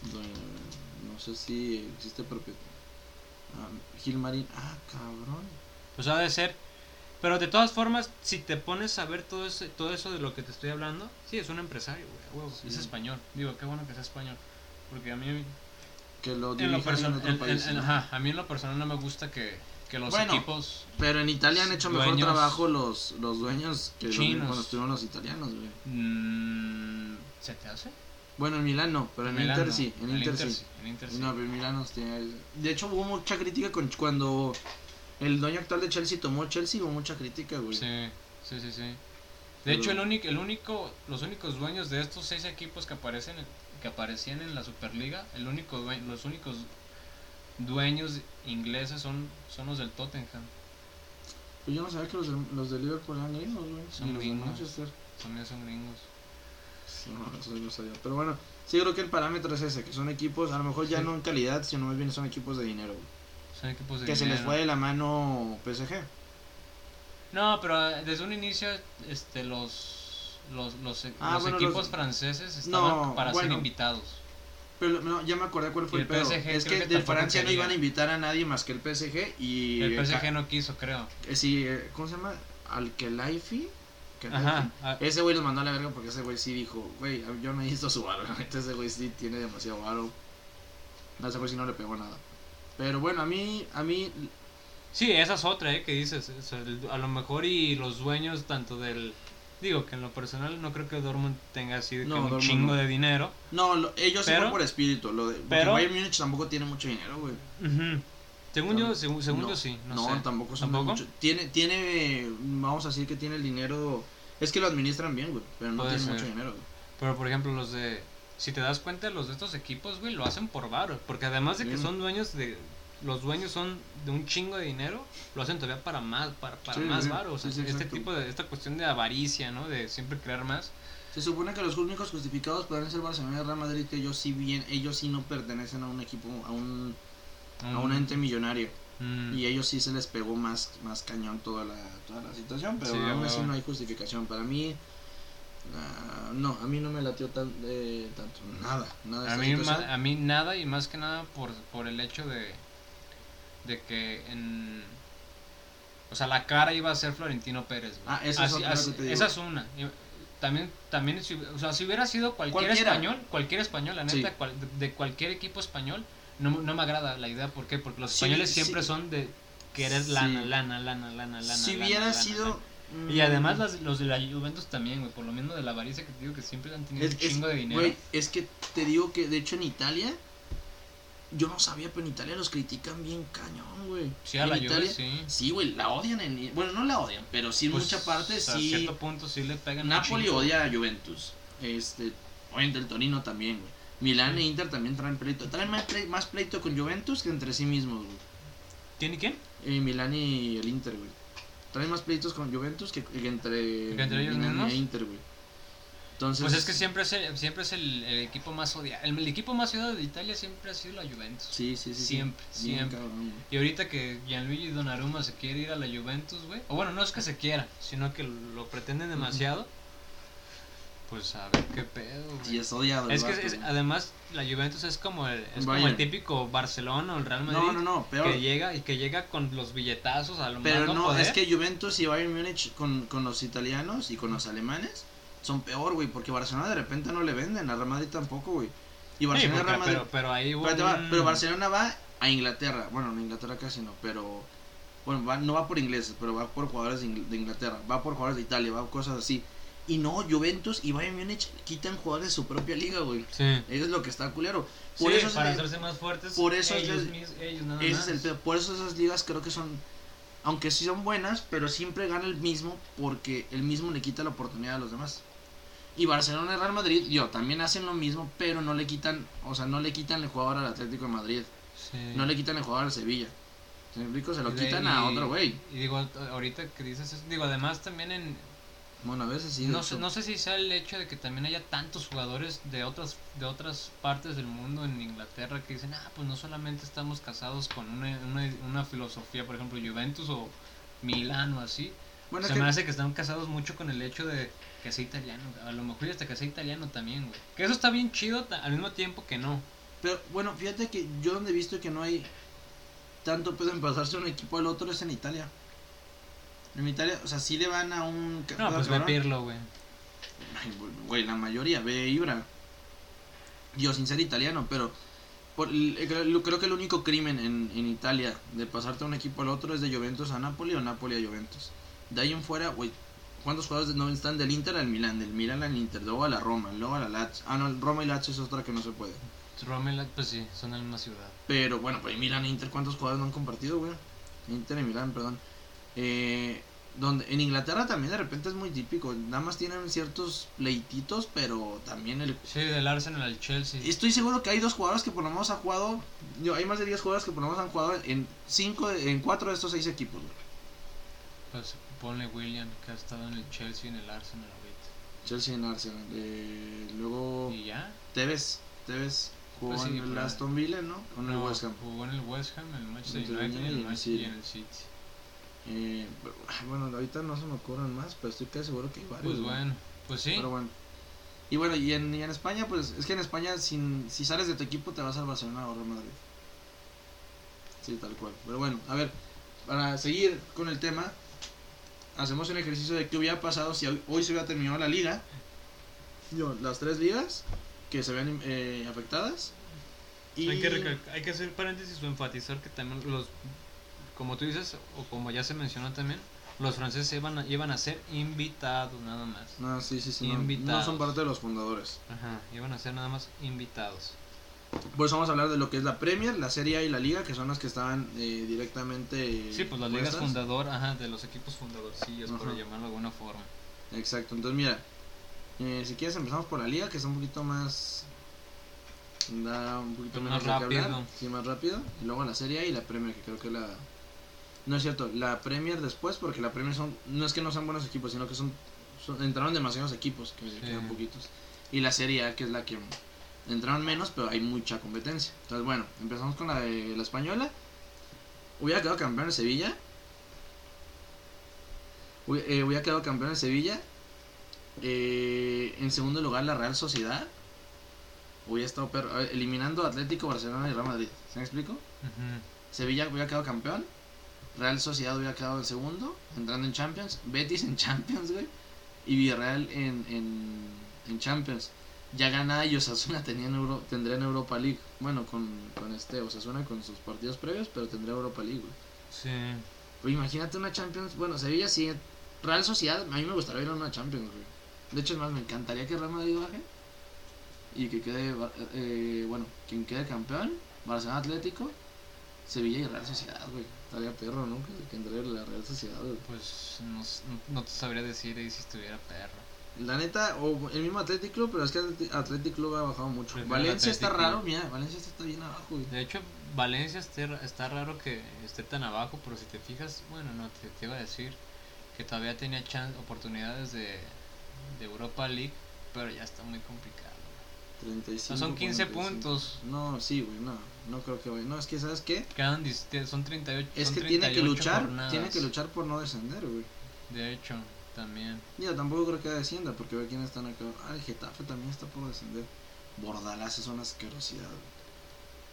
Speaker 2: De- no sé si existe propio. Ah, Gilmarín. Ah, cabrón.
Speaker 1: Pues ha de ser. Pero de todas formas, si te pones a ver todo, ese, todo eso de lo que te estoy hablando, sí, es un empresario, güey. a huevo,
Speaker 2: Sí.
Speaker 1: Es español. Digo, qué bueno que sea español. Porque a mí,
Speaker 2: Que lo
Speaker 1: en
Speaker 2: dirijan
Speaker 1: lo
Speaker 2: en,
Speaker 1: person-
Speaker 2: otro
Speaker 1: en-
Speaker 2: país.
Speaker 1: en-
Speaker 2: ¿no?
Speaker 1: ajá, a mí en lo personal no me gusta que, que los
Speaker 2: Bueno,
Speaker 1: equipos
Speaker 2: Pero en Italia han hecho mejor
Speaker 1: Dueños.
Speaker 2: trabajo los, los dueños que los-
Speaker 1: Chinos.
Speaker 2: cuando estuvieron los italianos, güey.
Speaker 1: mm, se te hace.
Speaker 2: Bueno, en Milán no, pero en
Speaker 1: Milán
Speaker 2: Inter
Speaker 1: no,
Speaker 2: sí. En
Speaker 1: el
Speaker 2: Inter, sí.
Speaker 1: En Inter sí.
Speaker 2: No, pero Milán nos tiene- De hecho, hubo mucha crítica con cuando el dueño actual de Chelsea tomó Chelsea, hubo mucha crítica, güey.
Speaker 1: Sí, sí, sí, sí. De
Speaker 2: Pero-
Speaker 1: hecho, el único, el único, los únicos dueños de estos seis equipos que aparecen, que aparecían en la Superliga, el único due- los únicos dueños ingleses son, son los del Tottenham.
Speaker 2: Pues yo no sabía que los de, los de Liverpool eran gringos, güey.
Speaker 1: Son
Speaker 2: y los de
Speaker 1: gringos.
Speaker 2: Manchester.
Speaker 1: También son gringos.
Speaker 2: No, eso yo no sabía. Pero bueno, sí creo que el parámetro es ese, que son equipos, a lo mejor ya
Speaker 1: Sí.
Speaker 2: no en calidad, sino más bien son equipos de dinero, güey.
Speaker 1: Son equipos de
Speaker 2: Que se les
Speaker 1: dinero.
Speaker 2: fue de la mano PSG.
Speaker 1: No, pero eh, desde un inicio, este, los los, los, e-
Speaker 2: Ah,
Speaker 1: los
Speaker 2: bueno,
Speaker 1: equipos
Speaker 2: los-
Speaker 1: franceses estaban
Speaker 2: No,
Speaker 1: para
Speaker 2: bueno.
Speaker 1: ser invitados.
Speaker 2: Pero no, ya me acordé cuál fue
Speaker 1: Y
Speaker 2: el,
Speaker 1: el
Speaker 2: pedo.
Speaker 1: PSG creo
Speaker 2: es que
Speaker 1: que
Speaker 2: de
Speaker 1: tampoco
Speaker 2: Francia no
Speaker 1: quería.
Speaker 2: iban a invitar a nadie más que el PSG y...
Speaker 1: el PSG no quiso, creo.
Speaker 2: eh, sí, eh, ¿cómo se llama? Alkelaifi.
Speaker 1: Ajá. ah,
Speaker 2: Ese güey los mandó a la verga porque ese güey sí dijo, güey, yo no hizo su varo. Neta, ese güey sí tiene demasiado varo. A ese güey sí no le pegó nada. Pero bueno, a mí, a mí,
Speaker 1: Sí, esa es otra, ¿eh? Que dices, o sea, el- a lo mejor y los dueños tanto del... Digo, que en lo personal no creo que Dortmund tenga así de que
Speaker 2: No,
Speaker 1: un
Speaker 2: Dortmund
Speaker 1: chingo
Speaker 2: no.
Speaker 1: de dinero.
Speaker 2: no, lo- ellos se
Speaker 1: Pero-
Speaker 2: fueron por espíritu. Lo de, porque
Speaker 1: pero-
Speaker 2: Bayern Múnich tampoco tiene mucho dinero, güey.
Speaker 1: Ujú. Según
Speaker 2: No,
Speaker 1: yo, según, según
Speaker 2: no,
Speaker 1: yo sí, no,
Speaker 2: No,
Speaker 1: sé.
Speaker 2: tampoco son de
Speaker 1: ¿Tampoco?
Speaker 2: mucho. Tiene, tiene, vamos a decir que tiene el dinero. Es que lo administran bien, güey, pero no
Speaker 1: Puede
Speaker 2: tiene
Speaker 1: ser.
Speaker 2: mucho dinero, güey.
Speaker 1: Pero por ejemplo, los de... Si te das cuenta, los de estos equipos, güey, lo hacen por varo. Porque además de que
Speaker 2: Sí.
Speaker 1: son dueños de... Los dueños son de un chingo de dinero, lo hacen todavía para más, para, para
Speaker 2: Sí,
Speaker 1: más
Speaker 2: sí,
Speaker 1: varo. O sea,
Speaker 2: sí, sí,
Speaker 1: este
Speaker 2: exacto.
Speaker 1: tipo de, esta cuestión de avaricia, ¿no? De siempre crear más.
Speaker 2: Se supone que los únicos justificados podrían ser Barcelona y Real Madrid, que ellos sí bien, ellos sí no pertenecen a un equipo, a un, a un
Speaker 1: Mm.
Speaker 2: ente millonario.
Speaker 1: Mm.
Speaker 2: Y ellos sí se les pegó más, más cañón toda la, toda la situación, pero
Speaker 1: Sí,
Speaker 2: aún así
Speaker 1: huevo.
Speaker 2: no hay justificación. Para mí, ah, no, a mí no me latió tan, eh, tanto, nada, nada.
Speaker 1: A
Speaker 2: esta
Speaker 1: mí, ah,
Speaker 2: situación.
Speaker 1: ma- a mí nada y más que nada por, por el hecho de, de que en... O sea, la cara iba a ser Florentino Pérez. güey.
Speaker 2: Ah, esa es
Speaker 1: Así-
Speaker 2: otra que
Speaker 1: así-
Speaker 2: te digo.
Speaker 1: esa es una. Y- También, también si, o sea, si hubiera sido cualquier
Speaker 2: Cualquiera.
Speaker 1: español, cualquier español, la
Speaker 2: Sí.
Speaker 1: neta, cual- de- de cualquier equipo español, no, me- no me agrada la idea. ¿Por qué? Porque los
Speaker 2: Sí,
Speaker 1: españoles
Speaker 2: sí.
Speaker 1: siempre son de querer
Speaker 2: Sí.
Speaker 1: lana, lana, lana, lana, lana.
Speaker 2: si
Speaker 1: lana,
Speaker 2: hubiera
Speaker 1: lana,
Speaker 2: sido...
Speaker 1: lana. Y además
Speaker 2: mm,
Speaker 1: las- los de la Juventus también, güey, por lo mismo de la avaricia que te digo que siempre han tenido
Speaker 2: Es,
Speaker 1: un
Speaker 2: es-
Speaker 1: chingo de dinero.
Speaker 2: güey, es que te digo que, de hecho, en Italia, yo no sabía, pero en Italia los critican bien cañón, güey.
Speaker 1: sí, a
Speaker 2: En
Speaker 1: la Juve,
Speaker 2: Italia-
Speaker 1: sí.
Speaker 2: Sí, güey, la odian en... Bueno, no la odian, pero sí en
Speaker 1: Pues,
Speaker 2: mucha parte
Speaker 1: a
Speaker 2: sí...
Speaker 1: cierto punto sí le pegan. un
Speaker 2: Napoli
Speaker 1: chingo.
Speaker 2: odia a Juventus. Este, obviamente el Torino también, güey. Milán
Speaker 1: Sí.
Speaker 2: e Inter también traen pleito. Traen más pleito, más pleito con Juventus que entre sí mismos, güey.
Speaker 1: ¿Tiene quién?
Speaker 2: Eh, Milán y el Inter, güey. Traen más pleitos con Juventus que, que entre,
Speaker 1: ¿Que entre ellos
Speaker 2: Milán
Speaker 1: mismos?
Speaker 2: e Inter, güey. Entonces,
Speaker 1: Pues es que siempre es el, siempre es el, el equipo más odiado. El, el equipo más odiado de Italia siempre ha sido la Juventus.
Speaker 2: Sí, sí, sí. sí.
Speaker 1: Siempre,
Speaker 2: Bien
Speaker 1: siempre.
Speaker 2: cabrón, güey.
Speaker 1: Y ahorita que Gianluigi Donnarumma se quiere ir a la Juventus, güey. O bueno, no es que se quiera, sino que lo pretenden demasiado. Pues a ver qué pedo, güey.
Speaker 2: Sí, es odiado. el
Speaker 1: Es que
Speaker 2: vato,
Speaker 1: es-
Speaker 2: güey.
Speaker 1: además la Juventus es como el, es como
Speaker 2: Bayern.
Speaker 1: el típico Barcelona o el Real Madrid
Speaker 2: No, no, no, peor.
Speaker 1: que llega y que llega con los billetazos a lo más
Speaker 2: Pero no,
Speaker 1: poder.
Speaker 2: es que Juventus y Bayern Múnich con, con los italianos y con los alemanes son peor, güey, porque Barcelona de repente no le venden, a Real Madrid tampoco, güey.
Speaker 1: Sí,
Speaker 2: Y Barcelona y
Speaker 1: porque-
Speaker 2: Real Madrid-
Speaker 1: pero, pero ahí hubo
Speaker 2: Espérate, va,
Speaker 1: un-
Speaker 2: pero Barcelona va a Inglaterra, bueno, en Inglaterra casi no, pero bueno, va- no va por ingleses, pero va por jugadores de Ingl- de Inglaterra, va por jugadores de Italia, va por cosas así. Y no, Juventus y Bayern Múnich quitan jugadores de su propia liga, güey.
Speaker 1: Sí.
Speaker 2: Eso es lo que está culero. Por
Speaker 1: Sí,
Speaker 2: eso es
Speaker 1: para
Speaker 2: el-
Speaker 1: hacerse más fuertes.
Speaker 2: por eso es
Speaker 1: ellos,
Speaker 2: el-
Speaker 1: mis- ellos nada
Speaker 2: Ese
Speaker 1: más.
Speaker 2: es el pedo. Por eso esas ligas creo que son. Aunque sí son buenas, pero siempre gana el mismo porque el mismo le quita la oportunidad a los demás. Y Barcelona y Real Madrid, yo, también hacen lo mismo, pero no le quitan, o sea, no le quitan el jugador al Atlético de Madrid,
Speaker 1: Sí.
Speaker 2: no le quitan el jugador al Sevilla. ¿Se me explico? Se lo
Speaker 1: Y de-
Speaker 2: quitan
Speaker 1: y-
Speaker 2: a otro güey.
Speaker 1: Y digo, ahorita que dices eso, digo, además también en...
Speaker 2: Bueno, a veces sí.
Speaker 1: No
Speaker 2: de
Speaker 1: sé,
Speaker 2: hecho.
Speaker 1: no sé si sea el hecho de que también haya tantos jugadores de otras, de otras partes del mundo en Inglaterra que dicen, ah, pues no solamente estamos casados con una, una, una filosofía, por ejemplo, Juventus o Milán o así.
Speaker 2: Bueno,
Speaker 1: Se
Speaker 2: es que-
Speaker 1: me hace que están casados mucho con el hecho de que sea italiano. A lo mejor y hasta que sea italiano también, güey. Que eso está bien chido ta- al mismo tiempo que no.
Speaker 2: Pero bueno, fíjate que yo donde he visto que no hay tanto pedo en pasarse un equipo al otro es en Italia. En Italia, o sea, sí le van a un.
Speaker 1: No, pues ve
Speaker 2: cabrón.
Speaker 1: Pirlo, güey.
Speaker 2: Ay, güey, Güey, la mayoría ve Ibra. Digo, sin ser italiano, pero por, el- el- lo- creo que el único crimen en, en Italia de pasarte a un equipo al otro es de Juventus a Napoli o Napoli a Juventus. De ahí en fuera, güey, ¿cuántos jugadores no están del Inter al Milán? Del Milán al Inter, luego a la Roma, luego a la Lazio. Ah, no, Roma y Lazio es otra que no se puede.
Speaker 1: Roma y la- pues sí, son de la misma ciudad.
Speaker 2: Pero bueno, pues Milán e Inter, ¿cuántos jugadores no han compartido, güey? Inter y Milán, perdón. Eh, donde, en Inglaterra también de repente es muy típico. Nada más tienen ciertos pleititos, pero también el...
Speaker 1: Sí, del Arsenal al Chelsea.
Speaker 2: Estoy seguro que hay dos jugadores que por lo menos han jugado... yo, hay más de 10 jugadores que por lo menos han jugado en cinco de- en cuatro de estos seis equipos, güey.
Speaker 1: Pues ponle William, que ha estado en el Chelsea y en el Arsenal ahorita.
Speaker 2: Chelsea en Arsenal. eh, luego...
Speaker 1: ¿Y ya?
Speaker 2: Tevez. Tevez jugó
Speaker 1: Pues sí,
Speaker 2: en el
Speaker 1: pero-
Speaker 2: Aston Villa, ¿no? Con el
Speaker 1: No,
Speaker 2: West Ham.
Speaker 1: Jugó en el West Ham, en el Manchester
Speaker 2: Entonces,
Speaker 1: United y en
Speaker 2: y
Speaker 1: el
Speaker 2: en el
Speaker 1: Manchester- y en el City.
Speaker 2: Eh, pero, ay, bueno, ahorita no se me ocurren más, pero estoy casi seguro que hay varios.
Speaker 1: Pues
Speaker 2: güey.
Speaker 1: bueno, pues sí.
Speaker 2: Pero bueno. Y bueno, y en, y en España, pues es que en España, sin, si sales de tu equipo, te vas al Barcelona o Real Madrid. Sí, tal cual. Pero bueno, a ver, para seguir con el tema, hacemos un ejercicio de qué hubiera pasado si hoy, hoy se hubiera terminado la liga. Yo, las tres ligas que se vean eh, afectadas. Y
Speaker 1: Hay, que recal- hay que hacer paréntesis o enfatizar que también los, como tú dices, o como ya se mencionó también, los franceses iban a, iban a ser invitados nada más.
Speaker 2: No, Ah, sí, sí, sí. no- No,
Speaker 1: Invitados.
Speaker 2: son parte de los fundadores.
Speaker 1: Ajá, iban a ser nada más invitados.
Speaker 2: Pues vamos a hablar de lo que es la Premier, la Serie A y la Liga, que son las que estaban eh, directamente.
Speaker 1: Sí, pues las ligas
Speaker 2: fundadores
Speaker 1: fundador, ajá, de los equipos fundadorcillos, por
Speaker 2: Ajá.
Speaker 1: llamarlo de alguna forma.
Speaker 2: Exacto, entonces mira, eh, si quieres empezamos por la liga, que está un poquito más... Da un poquito
Speaker 1: Más
Speaker 2: menos de qué hablar.
Speaker 1: rápido.
Speaker 2: Sí, más rápido. Y luego la Serie A y la Premier, que creo que la... No es cierto, la Premier después, porque la Premier son... No es que no sean buenos equipos, sino que son... son- entraron demasiados equipos, que
Speaker 1: Sí.
Speaker 2: quedan poquitos. Y la Serie A, que es la que... Entraron menos, pero hay mucha competencia. Entonces, bueno, empezamos con la de la española. hubiera quedado campeón en Sevilla. Hubi- eh, hubiera quedado campeón en Sevilla. Eh, en segundo lugar, la Real Sociedad. Hubiera estado perro- eh, eliminando Atlético, Barcelona y Real Madrid. ¿Se me explico?
Speaker 1: Ujú.
Speaker 2: Sevilla hubiera quedado campeón. Real Sociedad hubiera quedado en segundo, entrando en Champions. Betis en Champions, güey. Y Villarreal en, en, en Champions. Ya ganada y Osasuna tenía en Euro, tendría en Europa League. Bueno, con, con este Osasuna con sus partidos previos, pero tendría Europa League, güey.
Speaker 1: Sí.
Speaker 2: Güey, imagínate una Champions. Bueno, Sevilla sí. Real Sociedad, a mí me gustaría ver una Champions, güey. De hecho, es más, me encantaría que Real Madrid baje. Y que quede, Bar- eh, bueno, quien quede campeón, Barcelona Atlético, Sevilla y Real Sociedad, güey. Estaría perro, ¿no? Que, que entre la Real Sociedad, güey.
Speaker 1: Pues no, s- no te sabría decir ahí si estuviera perro.
Speaker 2: La neta, o el mismo Atlético Club, pero es que Atleti- Atlético Club ha bajado mucho.
Speaker 1: Prefiero
Speaker 2: Valencia
Speaker 1: Athletic
Speaker 2: está
Speaker 1: Club.
Speaker 2: raro, mira, Valencia está bien abajo, güey.
Speaker 1: De hecho, Valencia esté- está raro que esté tan abajo, pero si te fijas, bueno, no, te, te iba a decir que todavía tenía chan- oportunidades de, de Europa League, pero ya está muy complicado.
Speaker 2: 35,
Speaker 1: O sea, son 15
Speaker 2: 45.
Speaker 1: puntos.
Speaker 2: No, sí, güey, no. No creo que, güey. No, es que, ¿sabes qué?
Speaker 1: Quedan, dis- te- son 38
Speaker 2: Es
Speaker 1: son
Speaker 2: que tiene que
Speaker 1: 38
Speaker 2: luchar,
Speaker 1: jornadas.
Speaker 2: tiene que luchar por no descender, güey.
Speaker 1: De hecho, también.
Speaker 2: Mira, tampoco creo que descienda, porque ve quiénes están acá. Ah, el Getafe también está por descender. Bordalás es una asquerosidad, güey.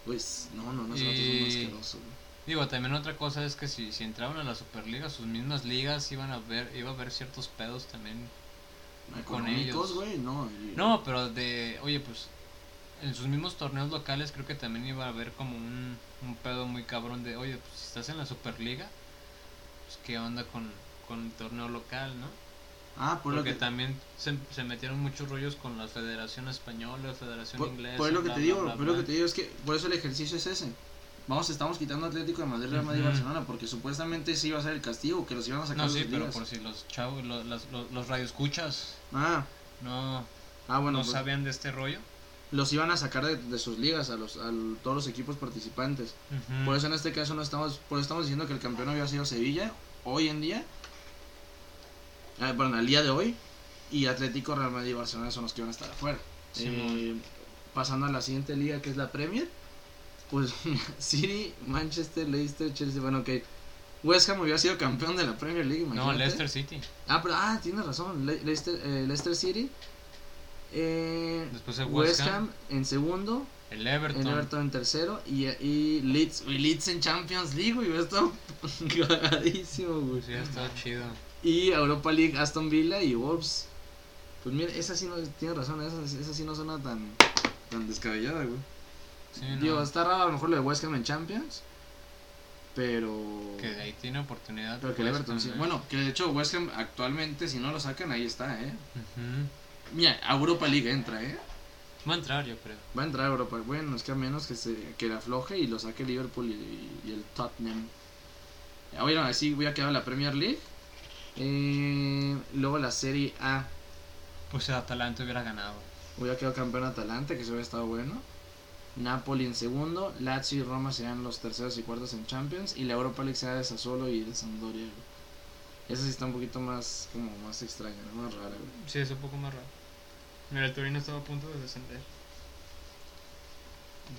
Speaker 2: Pues, no, no, no, ese vato es un
Speaker 1: Y-
Speaker 2: asqueroso, güey.
Speaker 1: Digo, también otra cosa es que si, si entraban a la Superliga, sus mismas ligas iban a ver, iba a haber ciertos pedos también Con
Speaker 2: Económicos,
Speaker 1: ellos.
Speaker 2: güey, no. y-
Speaker 1: No, pero de, oye, pues en sus mismos torneos locales creo que también iba a haber como un, un pedo muy cabrón de, oye, pues si estás en la Superliga, pues qué onda con, con el torneo local, ¿no?
Speaker 2: Ah, por lo
Speaker 1: Porque
Speaker 2: que,
Speaker 1: también se, se metieron muchos rollos con la Federación Española, la Federación
Speaker 2: por,
Speaker 1: Inglesa.
Speaker 2: por lo que
Speaker 1: bla,
Speaker 2: te
Speaker 1: bla,
Speaker 2: digo,
Speaker 1: bla,
Speaker 2: por lo que
Speaker 1: bla.
Speaker 2: te digo es que por eso el ejercicio es ese. Vamos, estamos quitando Atlético de Madrid, Real Madrid y
Speaker 1: Ujú.
Speaker 2: Barcelona, porque supuestamente sí iba a ser el castigo, que los iban a sacar
Speaker 1: No,
Speaker 2: de
Speaker 1: sí,
Speaker 2: sus
Speaker 1: pero
Speaker 2: ligas.
Speaker 1: por si los chavos, los, las- los, los radioescuchas,
Speaker 2: Ah,
Speaker 1: no,
Speaker 2: ah, bueno,
Speaker 1: no
Speaker 2: pues,
Speaker 1: sabían de este rollo.
Speaker 2: los iban a sacar de, de sus ligas a los a todos los equipos participantes.
Speaker 1: Ujú.
Speaker 2: Por eso en este caso no estamos, por eso estamos diciendo que el campeón había sido Sevilla hoy en día. Ah, Bueno, al día de hoy. Y Atlético, Real Madrid y Barcelona son los que van a estar afuera.
Speaker 1: Simón.
Speaker 2: Eh, pasando a la siguiente liga que es la Premier. Pues [LAUGHS] City, Manchester, Leicester, Chelsea. Bueno, ok. West Ham hubiera sido campeón de la Premier League.
Speaker 1: no,
Speaker 2: imagínate.
Speaker 1: Leicester City.
Speaker 2: Ah, pero ah, tienes razón. Le- Leicester, eh, Leicester City. Eh,
Speaker 1: Después el
Speaker 2: West,
Speaker 1: West Ham,
Speaker 2: Ham en segundo.
Speaker 1: el Everton.
Speaker 2: El Everton en tercero y, y Leeds, güey, Leeds en Champions League, güey, esto [LAUGHS] cagadísimo, güey.
Speaker 1: Sí, ha estado chido.
Speaker 2: Y Europa League, Aston Villa y Wolves. Pues mira, esa sí no, tiene razón, esa, esa sí no suena tan, tan descabellada, güey.
Speaker 1: Sí, no.
Speaker 2: Digo, está raro a lo mejor lo de West Ham en Champions, pero...
Speaker 1: Que de ahí tiene oportunidad.
Speaker 2: Pero que el
Speaker 1: West
Speaker 2: Everton
Speaker 1: Ham,
Speaker 2: sí.
Speaker 1: ¿eh?
Speaker 2: Bueno, que de hecho West Ham actualmente, si no lo sacan, ahí está, eh.
Speaker 1: Ujú.
Speaker 2: Mira, a Europa League entra, eh.
Speaker 1: Va a entrar, yo creo.
Speaker 2: Va a entrar a Europa. Bueno, es que a menos que se que la afloje y lo saque Liverpool y, y el Tottenham. Ah, Bueno, así voy a quedar la Premier League. Eh, luego la Serie A.
Speaker 1: Pues el Atalanta hubiera ganado.
Speaker 2: Hubiera quedado campeón Atalanta, que se hubiera estado bueno. Napoli en segundo. Lazio y Roma serían los terceros y cuartos en Champions. Y la Europa League será de Sassuolo y de Sampdoria. güey. Esa sí está un poquito más como más extraña, ¿no? más rara. güey.
Speaker 1: Sí, es un poco más raro. Mira, el Torino estaba a punto de descender.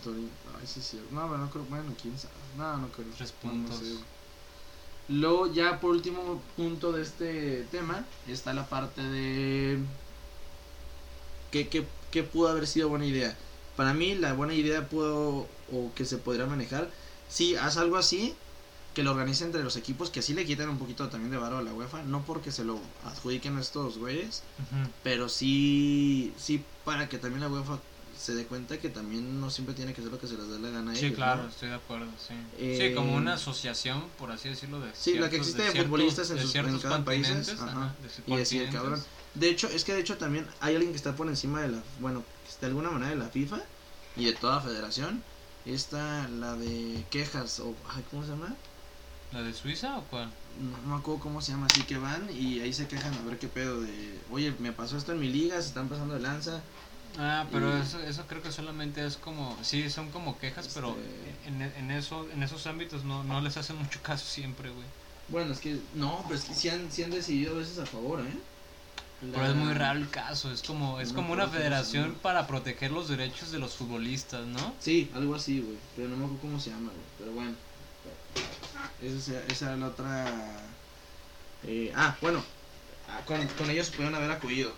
Speaker 2: Torino- Ay, sí, sí. No, pero no creo. Bueno, quién sabe. No, no creo.
Speaker 1: Tres
Speaker 2: No, no
Speaker 1: puntos.
Speaker 2: sé, güey. Luego, ya por último punto de este tema, está la parte de. ¿Qué, qué, qué pudo haber sido buena idea? Para mí, la buena idea pudo. o que se podría manejar. Si haz algo así, que lo organicen entre los equipos, que así le quiten un poquito también de varo a la UEFA. No porque se lo adjudiquen a estos güeyes,
Speaker 1: Ujú.
Speaker 2: pero sí, sí para que también la UEFA se dé cuenta que también no siempre tiene que ser lo que se les dé la gana a
Speaker 1: Sí,
Speaker 2: ellos,
Speaker 1: claro,
Speaker 2: ¿no?
Speaker 1: estoy de acuerdo. Sí.
Speaker 2: Eh,
Speaker 1: sí, como una asociación, por así decirlo. De
Speaker 2: Sí, la que
Speaker 1: ciertos-
Speaker 2: existe de futbolistas en
Speaker 1: de
Speaker 2: sus-
Speaker 1: ciertos
Speaker 2: en cada país,
Speaker 1: continentes.
Speaker 2: ajá.
Speaker 1: ajá, de sus
Speaker 2: Y decir,
Speaker 1: continentes.
Speaker 2: cabrón. De hecho, es que de hecho también hay alguien que está por encima de la, bueno, que está de alguna manera de la FIFA y de toda federación. Está la de quejas o, ay, ¿cómo se llama?
Speaker 1: ¿La de Suiza o cuál?
Speaker 2: No no me acuerdo cómo se llama, así que van y ahí se quejan a ver qué pedo de, oye, me pasó esto en mi liga, se están pasando de lanza.
Speaker 1: Ah, pero
Speaker 2: Y-
Speaker 1: eso, eso creo que solamente es como. Sí, son como quejas, pero
Speaker 2: Este-
Speaker 1: en, en, eso, en esos ámbitos no, no les hacen mucho caso siempre, güey.
Speaker 2: Bueno, es que, no, pero es que sí han, sí han decidido a veces a favor, ¿eh?
Speaker 1: Pero es muy raro el caso, es como es
Speaker 2: No
Speaker 1: como una
Speaker 2: puedo pensar.
Speaker 1: federación para proteger los derechos de los futbolistas, ¿no?
Speaker 2: Sí, algo así, güey, pero no me acuerdo cómo se llama, güey, pero bueno. Esa, es- esa era la otra. eh, ah, bueno, ah, con, con ellos se pudieron haber acudido.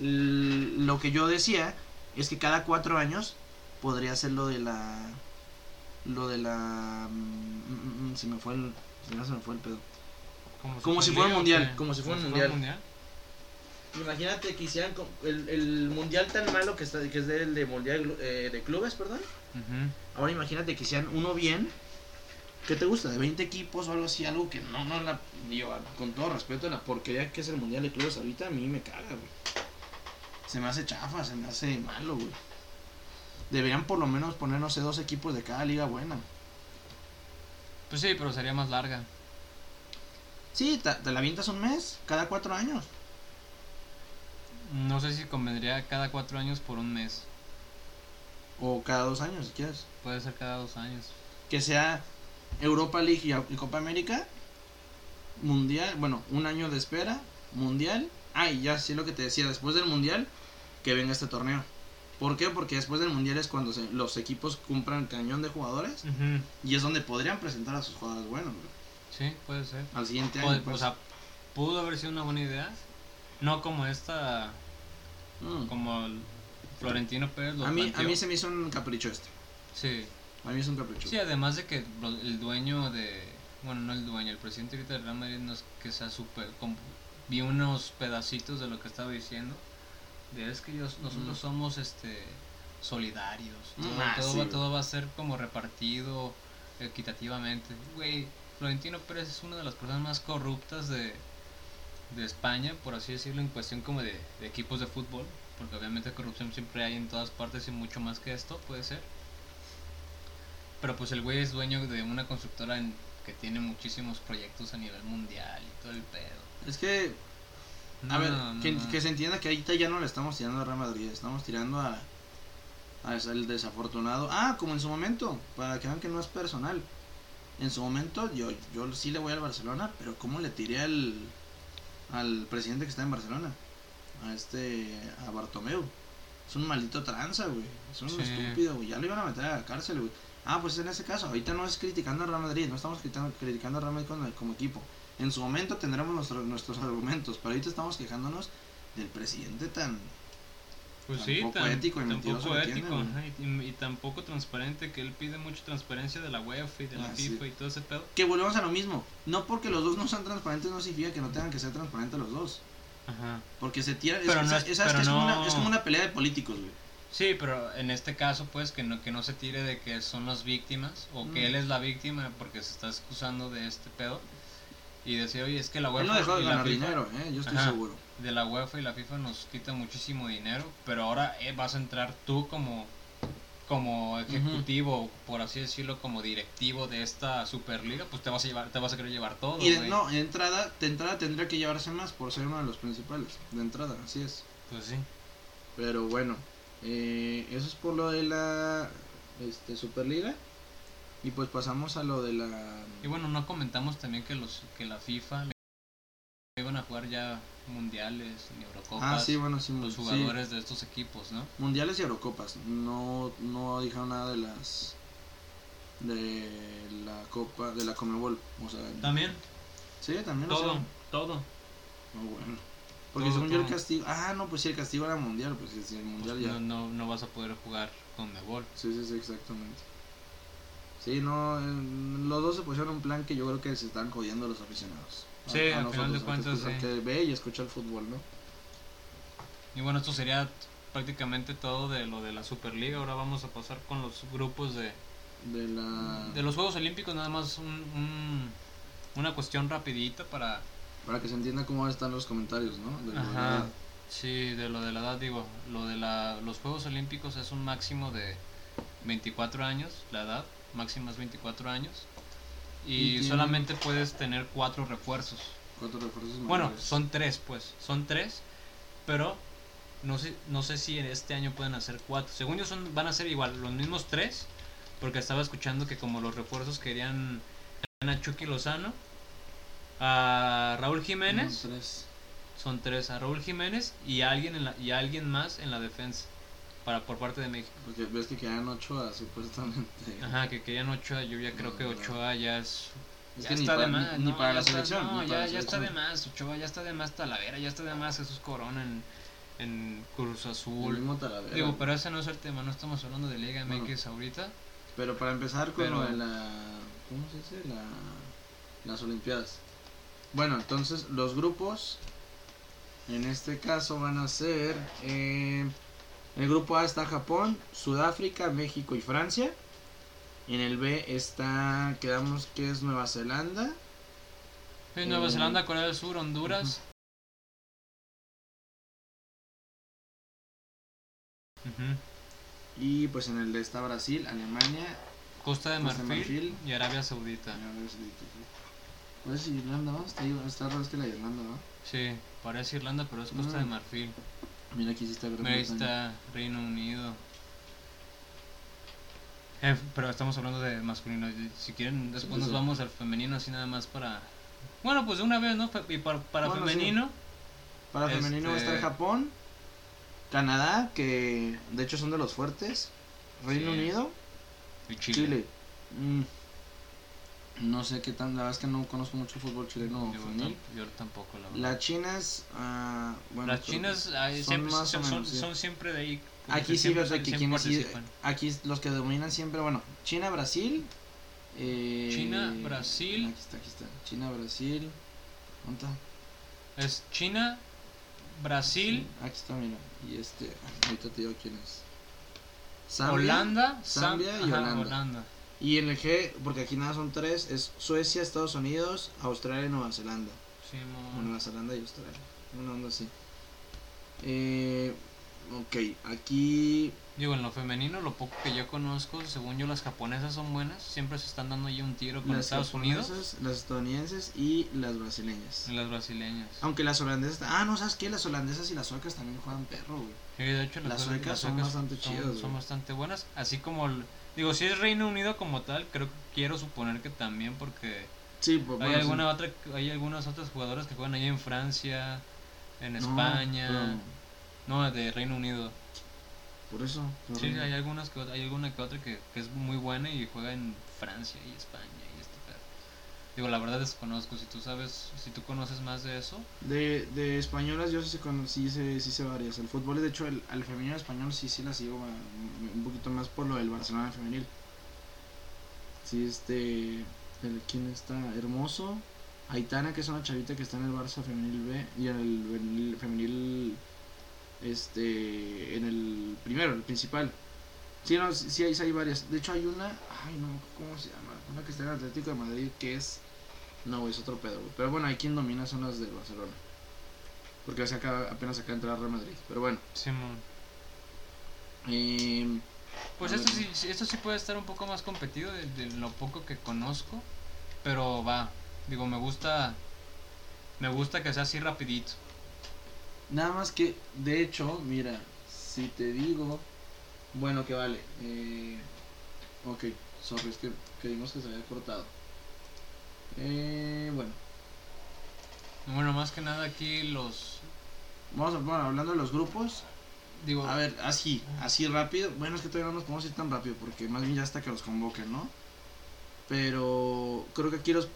Speaker 2: L- lo que yo decía es que cada cuatro años podría ser lo de la. Lo de la. mm, mm, mm, se me fue el. Se me fue el pedo. Como si fuera
Speaker 1: Superliga,
Speaker 2: un mundial,
Speaker 1: ¿o qué?
Speaker 2: como si fuera un mundial. Imagínate que hicieran co- el, el mundial tan malo que, está, que es el de mundial eh, de clubes, perdón.
Speaker 1: mundial.
Speaker 2: Ahora imagínate que sean uno bien. ¿Qué te gusta? ¿De 20 equipos o algo así? Algo que no, no la. Digo, con todo respeto, la porquería que es el mundial de clubes ahorita a mí me caga, güey. Se me hace chafa, se me hace malo, güey. Deberían por lo menos poner, no sé, dos equipos de cada liga buena.
Speaker 1: Ujú. Pues sí, pero sería más larga.
Speaker 2: Sí, te, te la avientas un mes, cada cuatro años.
Speaker 1: No sé si convendría cada cuatro años por un mes.
Speaker 2: O cada dos años, si quieres.
Speaker 1: Puede ser cada dos años.
Speaker 2: que sea Europa League y y Copa América, Mundial, bueno, un año de espera, Mundial, ay, ya sí lo que te decía, después del Mundial, que venga este torneo. ¿Por qué? Porque después del Mundial es cuando se- los equipos compran cañón de jugadores y es donde podrían presentar a sus jugadores buenos güey,
Speaker 1: Sí, puede ser.
Speaker 2: al siguiente año.
Speaker 1: Puede-
Speaker 2: pues.
Speaker 1: o sea, pudo haber sido una buena idea. No como esta,
Speaker 2: Mm.
Speaker 1: como el Florentino Pérez lo
Speaker 2: a, mí, a
Speaker 1: planteó.
Speaker 2: mí se me hizo un capricho este.
Speaker 1: Sí.
Speaker 2: A mí es un capricho.
Speaker 1: Sí, además de que lo- el dueño de. Bueno, no el dueño, el presidente ahorita del Real Madrid no es que sea súper. com- Vi unos pedacitos de lo que estaba diciendo. De es que yo- nosotros
Speaker 2: Mm.
Speaker 1: somos este solidarios. Todo,
Speaker 2: Ah,
Speaker 1: todo
Speaker 2: sí,
Speaker 1: va-
Speaker 2: güey.
Speaker 1: todo va a ser como repartido equitativamente. Güey, Florentino Pérez es una de las personas más corruptas de, de España, por así decirlo, en cuestión como de, de equipos de fútbol. Porque obviamente corrupción siempre hay en todas partes y mucho más que esto, puede ser. Pero pues el güey es dueño de una constructora en- que tiene muchísimos proyectos a nivel mundial y todo el pedo.
Speaker 2: Es que, a
Speaker 1: No,
Speaker 2: ver,
Speaker 1: no,
Speaker 2: que,
Speaker 1: no.
Speaker 2: que se entienda que ahorita ya no le estamos tirando a Real Madrid, estamos tirando a, a ese- el desafortunado. Ah, como en su momento, para que vean que no es personal. En su momento yo, yo sí le voy al Barcelona, pero ¿cómo le tiré al, al presidente que está en Barcelona? A este, a Bartomeu. Es un maldito tranza, güey. Es un
Speaker 1: Sí.
Speaker 2: estúpido, güey. Ya lo iban a meter a la cárcel, güey. Ah, pues en ese caso, ahorita no es criticando a Real Madrid, no estamos criticando, criticando a Real Madrid como, como equipo. En su momento tendremos nuestros, nuestros argumentos, pero ahorita estamos quejándonos del presidente tan...
Speaker 1: Pues sí,
Speaker 2: Tampoco
Speaker 1: tan-
Speaker 2: ético y mentiroso
Speaker 1: tampoco
Speaker 2: que
Speaker 1: ético
Speaker 2: tiene,
Speaker 1: ajá, y, y tampoco transparente, que él pide mucha transparencia de la UEFA y de la
Speaker 2: Ah, sí.
Speaker 1: FIFA y todo ese pedo.
Speaker 2: Que volvemos a lo mismo. No porque los dos no sean transparentes no significa que no tengan que ser transparentes los dos.
Speaker 1: Ajá.
Speaker 2: Porque se tiran...
Speaker 1: Pero
Speaker 2: es,
Speaker 1: no
Speaker 2: es-
Speaker 1: es-
Speaker 2: es- es
Speaker 1: pero
Speaker 2: como
Speaker 1: no-
Speaker 2: una, es como una pelea de políticos, güey.
Speaker 1: Sí, pero en este caso, pues, que no, que no se tire de que son las víctimas o
Speaker 2: Mm.
Speaker 1: que él es la víctima porque se está excusando de este pedo. Y decir, oye, es que la
Speaker 2: Él
Speaker 1: UEFA
Speaker 2: no dejó de
Speaker 1: y la
Speaker 2: ganar
Speaker 1: FIFA
Speaker 2: dinero, ¿eh? Yo estoy
Speaker 1: Ajá.
Speaker 2: seguro.
Speaker 1: de la UEFA y la FIFA nos quita muchísimo dinero, pero ahora eh, vas a entrar tú como como ejecutivo, por así decirlo, como directivo de esta Superliga, pues te vas a llevar, te vas a querer llevar todo,
Speaker 2: Y de-
Speaker 1: güey.
Speaker 2: no, de entrada, de entrada tendría que llevarse más por ser uno de los principales. De entrada, así es.
Speaker 1: Pues sí.
Speaker 2: Pero bueno, eh, eso es por lo de la este, Superliga. Y pues pasamos a lo de la. ah,
Speaker 1: Y bueno, no comentamos también que los que la FIFA le- iban a jugar ya mundiales, ni
Speaker 2: ah,
Speaker 1: Eurocopas,
Speaker 2: sí, bueno, sí,
Speaker 1: los
Speaker 2: sí.
Speaker 1: jugadores de estos equipos, ¿no?
Speaker 2: Mundiales y Eurocopas. No, no dijeron nada de las. De la Copa, de la Comebol. O sea,
Speaker 1: También
Speaker 2: Sí, también lo
Speaker 1: todo,
Speaker 2: hicieron.
Speaker 1: todo.
Speaker 2: No, bueno. Porque
Speaker 1: Todo,
Speaker 2: según yo el
Speaker 1: todo.
Speaker 2: castigo. Ah, no, pues sí, el castigo era mundial. Pues sí, el mundial
Speaker 1: Pues
Speaker 2: ya.
Speaker 1: no, no, no vas a poder jugar con Mebol.
Speaker 2: Sí, sí, sí, exactamente. Sí, no, eh, los dos se pusieron un plan que yo creo que se están jodiendo a los aficionados. A-
Speaker 1: Sí,
Speaker 2: a
Speaker 1: al final de
Speaker 2: a que
Speaker 1: cuentas,
Speaker 2: escucha-
Speaker 1: sí.
Speaker 2: que ve y escucha el fútbol, ¿no?
Speaker 1: Y bueno, esto sería prácticamente todo de lo de la Superliga. Ahora vamos a pasar con los grupos de,
Speaker 2: De la...
Speaker 1: de los Juegos Olímpicos. Nada más un- un- una cuestión rapidita para...
Speaker 2: Para que se entienda cómo están los comentarios, ¿no? De la
Speaker 1: Ajá.
Speaker 2: verdad.
Speaker 1: Sí, de lo de la edad, digo, lo de la, los Juegos Olímpicos es un máximo de 24 años, la edad máxima es 24 años.
Speaker 2: Y
Speaker 1: Y,
Speaker 2: tienen-
Speaker 1: solamente puedes tener cuatro refuerzos.
Speaker 2: Cuatro refuerzos
Speaker 1: Bueno,
Speaker 2: mayores.
Speaker 1: son tres, pues, son tres, pero no sé, no sé si en este año pueden hacer cuatro. Según yo, son, van a ser igual, los mismos tres, porque estaba escuchando que como los refuerzos querían a Chucky Lozano, a Raúl Jiménez,
Speaker 2: Son tres.
Speaker 1: son tres, a Raúl Jiménez y a alguien, en la, y a alguien más en la defensa, para por parte de México.
Speaker 2: Porque ves que quedan ocho a, ah, supuestamente.
Speaker 1: Ajá, que querían Ochoa, yo ya creo
Speaker 2: No,
Speaker 1: que
Speaker 2: no.
Speaker 1: Ochoa ya es
Speaker 2: Es
Speaker 1: Ya
Speaker 2: que ni
Speaker 1: está
Speaker 2: para,
Speaker 1: de más,
Speaker 2: ni- ni
Speaker 1: no,
Speaker 2: para
Speaker 1: ya
Speaker 2: la
Speaker 1: está-
Speaker 2: selección.
Speaker 1: no,
Speaker 2: ni
Speaker 1: ya,
Speaker 2: para la
Speaker 1: ya está de
Speaker 2: selección.
Speaker 1: más, Ochoa, ya está de más Talavera, ya está de más Jesús Corona en, en Cruz
Speaker 2: El
Speaker 1: Azul.
Speaker 2: mismo Talavera.
Speaker 1: Digo, pero ese no es el tema, no estamos hablando de Liga MX ahorita.
Speaker 2: Pero para empezar con
Speaker 1: Pero-
Speaker 2: lo de la. ¿Cómo se dice? La, las Olimpiadas. Bueno, entonces los grupos. En este caso van a ser. eh, el grupo A está Japón, Sudáfrica, México y Francia. En el B está. Quedamos que es Nueva Zelanda.
Speaker 1: Sí, Nueva
Speaker 2: Eh,
Speaker 1: Zelanda, Corea del Sur, Honduras. Ujú.
Speaker 2: Y pues en el D está Brasil, Alemania.
Speaker 1: Costa de
Speaker 2: Costa
Speaker 1: Marfil,
Speaker 2: de Marfil.
Speaker 1: y Arabia Saudita.
Speaker 2: Pues si Irlanda, ¿no? Está, está raro, es que la Irlanda, ¿no?
Speaker 1: Sí, parece Irlanda, pero es Costa
Speaker 2: Mm.
Speaker 1: de Marfil.
Speaker 2: Mira, aquí sí está Gran
Speaker 1: Mira, ahí
Speaker 2: Bretaña.
Speaker 1: está Reino Unido. Eh, pero estamos hablando de masculino. y Si quieren, después
Speaker 2: Sí,
Speaker 1: nos
Speaker 2: sí.
Speaker 1: vamos al femenino, así nada más para. Bueno, pues de una vez, ¿no? Fe- Y para, para
Speaker 2: Bueno, sí.
Speaker 1: femenino,
Speaker 2: Para femenino va a estar
Speaker 1: Este-
Speaker 2: Japón, Canadá, que de hecho son de los fuertes, Reino
Speaker 1: Sí.
Speaker 2: Unido,
Speaker 1: y Chile.
Speaker 2: Chile. Mm. No sé qué tan, la verdad es que no conozco mucho el fútbol chileno
Speaker 1: Yo,
Speaker 2: femenil.
Speaker 1: tam- yo tampoco, la verdad.
Speaker 2: Las chinas, ah, bueno,
Speaker 1: Las
Speaker 2: creo-
Speaker 1: chinas ay,
Speaker 2: son
Speaker 1: siempre son,
Speaker 2: más o menos,
Speaker 1: son-
Speaker 2: sí.
Speaker 1: son siempre de ahí. como
Speaker 2: pues, Aquí
Speaker 1: que
Speaker 2: sí,
Speaker 1: siempre-
Speaker 2: o sea, que
Speaker 1: siempre
Speaker 2: quienes sí-
Speaker 1: participan.
Speaker 2: aquí los que dominan siempre, bueno, China, Brasil. eh,
Speaker 1: China, Brasil.
Speaker 2: Aquí está, aquí está. China, Brasil. ¿Dónde está?
Speaker 1: Es China, Brasil,
Speaker 2: Sí, Aquí está, mira. Y este, ahorita te digo quién es. Zambia.
Speaker 1: Holanda, Sam-
Speaker 2: Zambia y
Speaker 1: ajá,
Speaker 2: Holanda. Y en el G, porque aquí nada son tres, es Suecia, Estados Unidos, Australia y Nueva Zelanda.
Speaker 1: Sí, mo-
Speaker 2: O Nueva Zelanda y Australia. Una onda así. Eh, ok, aquí...
Speaker 1: Digo, en lo femenino, lo poco que yo conozco, según yo, las japonesas son buenas. Siempre se están dando ahí un tiro con
Speaker 2: Las
Speaker 1: Estados Unidos
Speaker 2: japonesas, Las estadounidenses y las brasileñas.
Speaker 1: y las brasileñas.
Speaker 2: Aunque las holandesas... Ah, no, ¿sabes qué? Las holandesas y las suecas también juegan perro, güey.
Speaker 1: Sí, de hecho,
Speaker 2: Las
Speaker 1: hol-
Speaker 2: suecas son bastante
Speaker 1: son-
Speaker 2: chidas,
Speaker 1: Son
Speaker 2: güey.
Speaker 1: bastante buenas. Así como, el- digo, si es Reino Unido como tal, creo que quiero suponer que también, porque
Speaker 2: Sí, pues
Speaker 1: hay,
Speaker 2: bueno, sí.
Speaker 1: alguna otra, hay algunas otras jugadoras que juegan ahí en Francia, en
Speaker 2: No,
Speaker 1: España.
Speaker 2: pero
Speaker 1: No, de Reino Unido.
Speaker 2: Por eso. por-
Speaker 1: Sí, hay algunas que ot- hay alguna que otra que, que es muy buena y juega en Francia y España y este pedo. Digo, la verdad desconozco, si tú sabes, si tú conoces más de eso.
Speaker 2: De, de españolas yo sí se con- sí sé, sí sé varias. El fútbol, de hecho, el, al femenino español sí, sí la sigo ma- m- un poquito más por lo del Barcelona femenil. Sí, este... El, ¿Quién está? Hermoso. Aitana, que es una chavita que está en el Barça femenil B y en el, femenil- femenil... Este... En el primero, el principal. Sí, no, sí, sí hay, sí hay varias. De hecho, hay una... Ay, no, ¿cómo se llama? Una que está en el Atlético de Madrid que es... No, güey, es otro pedo, güey. Pero bueno, hay quien domina son las del Barcelona. Porque hace acá, apenas acá entra Real Madrid. Pero bueno.
Speaker 1: Simón.
Speaker 2: em,
Speaker 1: Pues
Speaker 2: A
Speaker 1: esto
Speaker 2: ver.
Speaker 1: sí, sí, esto sí puede estar un poco más competido de, de lo poco que conozco, pero va. Digo, me gusta me gusta que sea así rapidito.
Speaker 2: nada más que, de hecho, mira, si te digo... Bueno, que vale. eh, ok, sorry, es que creímos que se había cortado. Eh, bueno,
Speaker 1: Bueno, más que nada aquí los
Speaker 2: vamos a, bueno, hablando de los grupos.
Speaker 1: digo,
Speaker 2: A ver, así, así rápido. Bueno, es que todavía no nos podemos ir tan rápido porque más bien ya hasta que los convoquen, ¿no? Pero creo que aquí los,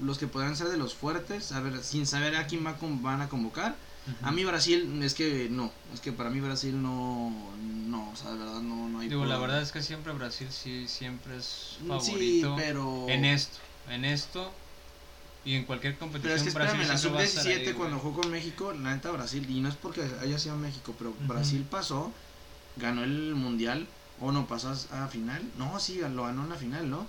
Speaker 2: los que podrán ser de los fuertes, a ver, sin saber a quién va con- van a convocar.
Speaker 1: ujú.
Speaker 2: A mí Brasil, es que no, es que para mí Brasil no, no, o sea, de verdad no, no hay...
Speaker 1: digo, la
Speaker 2: problema.
Speaker 1: verdad es que siempre Brasil sí siempre es
Speaker 2: Mm, Sí,
Speaker 1: favorito.
Speaker 2: pero...
Speaker 1: En esto, en esto y en cualquier competición
Speaker 2: Pero es que espérame,
Speaker 1: Brasil
Speaker 2: la
Speaker 1: siempre va a estar ahí,
Speaker 2: sub-17
Speaker 1: güey.
Speaker 2: cuando jugó con México, la neta Brasil, y no es porque haya sido México, pero
Speaker 1: Ujú.
Speaker 2: Brasil pasó, ganó el mundial, o no pasó a a final, no, sí, lo ganó en la final, ¿no?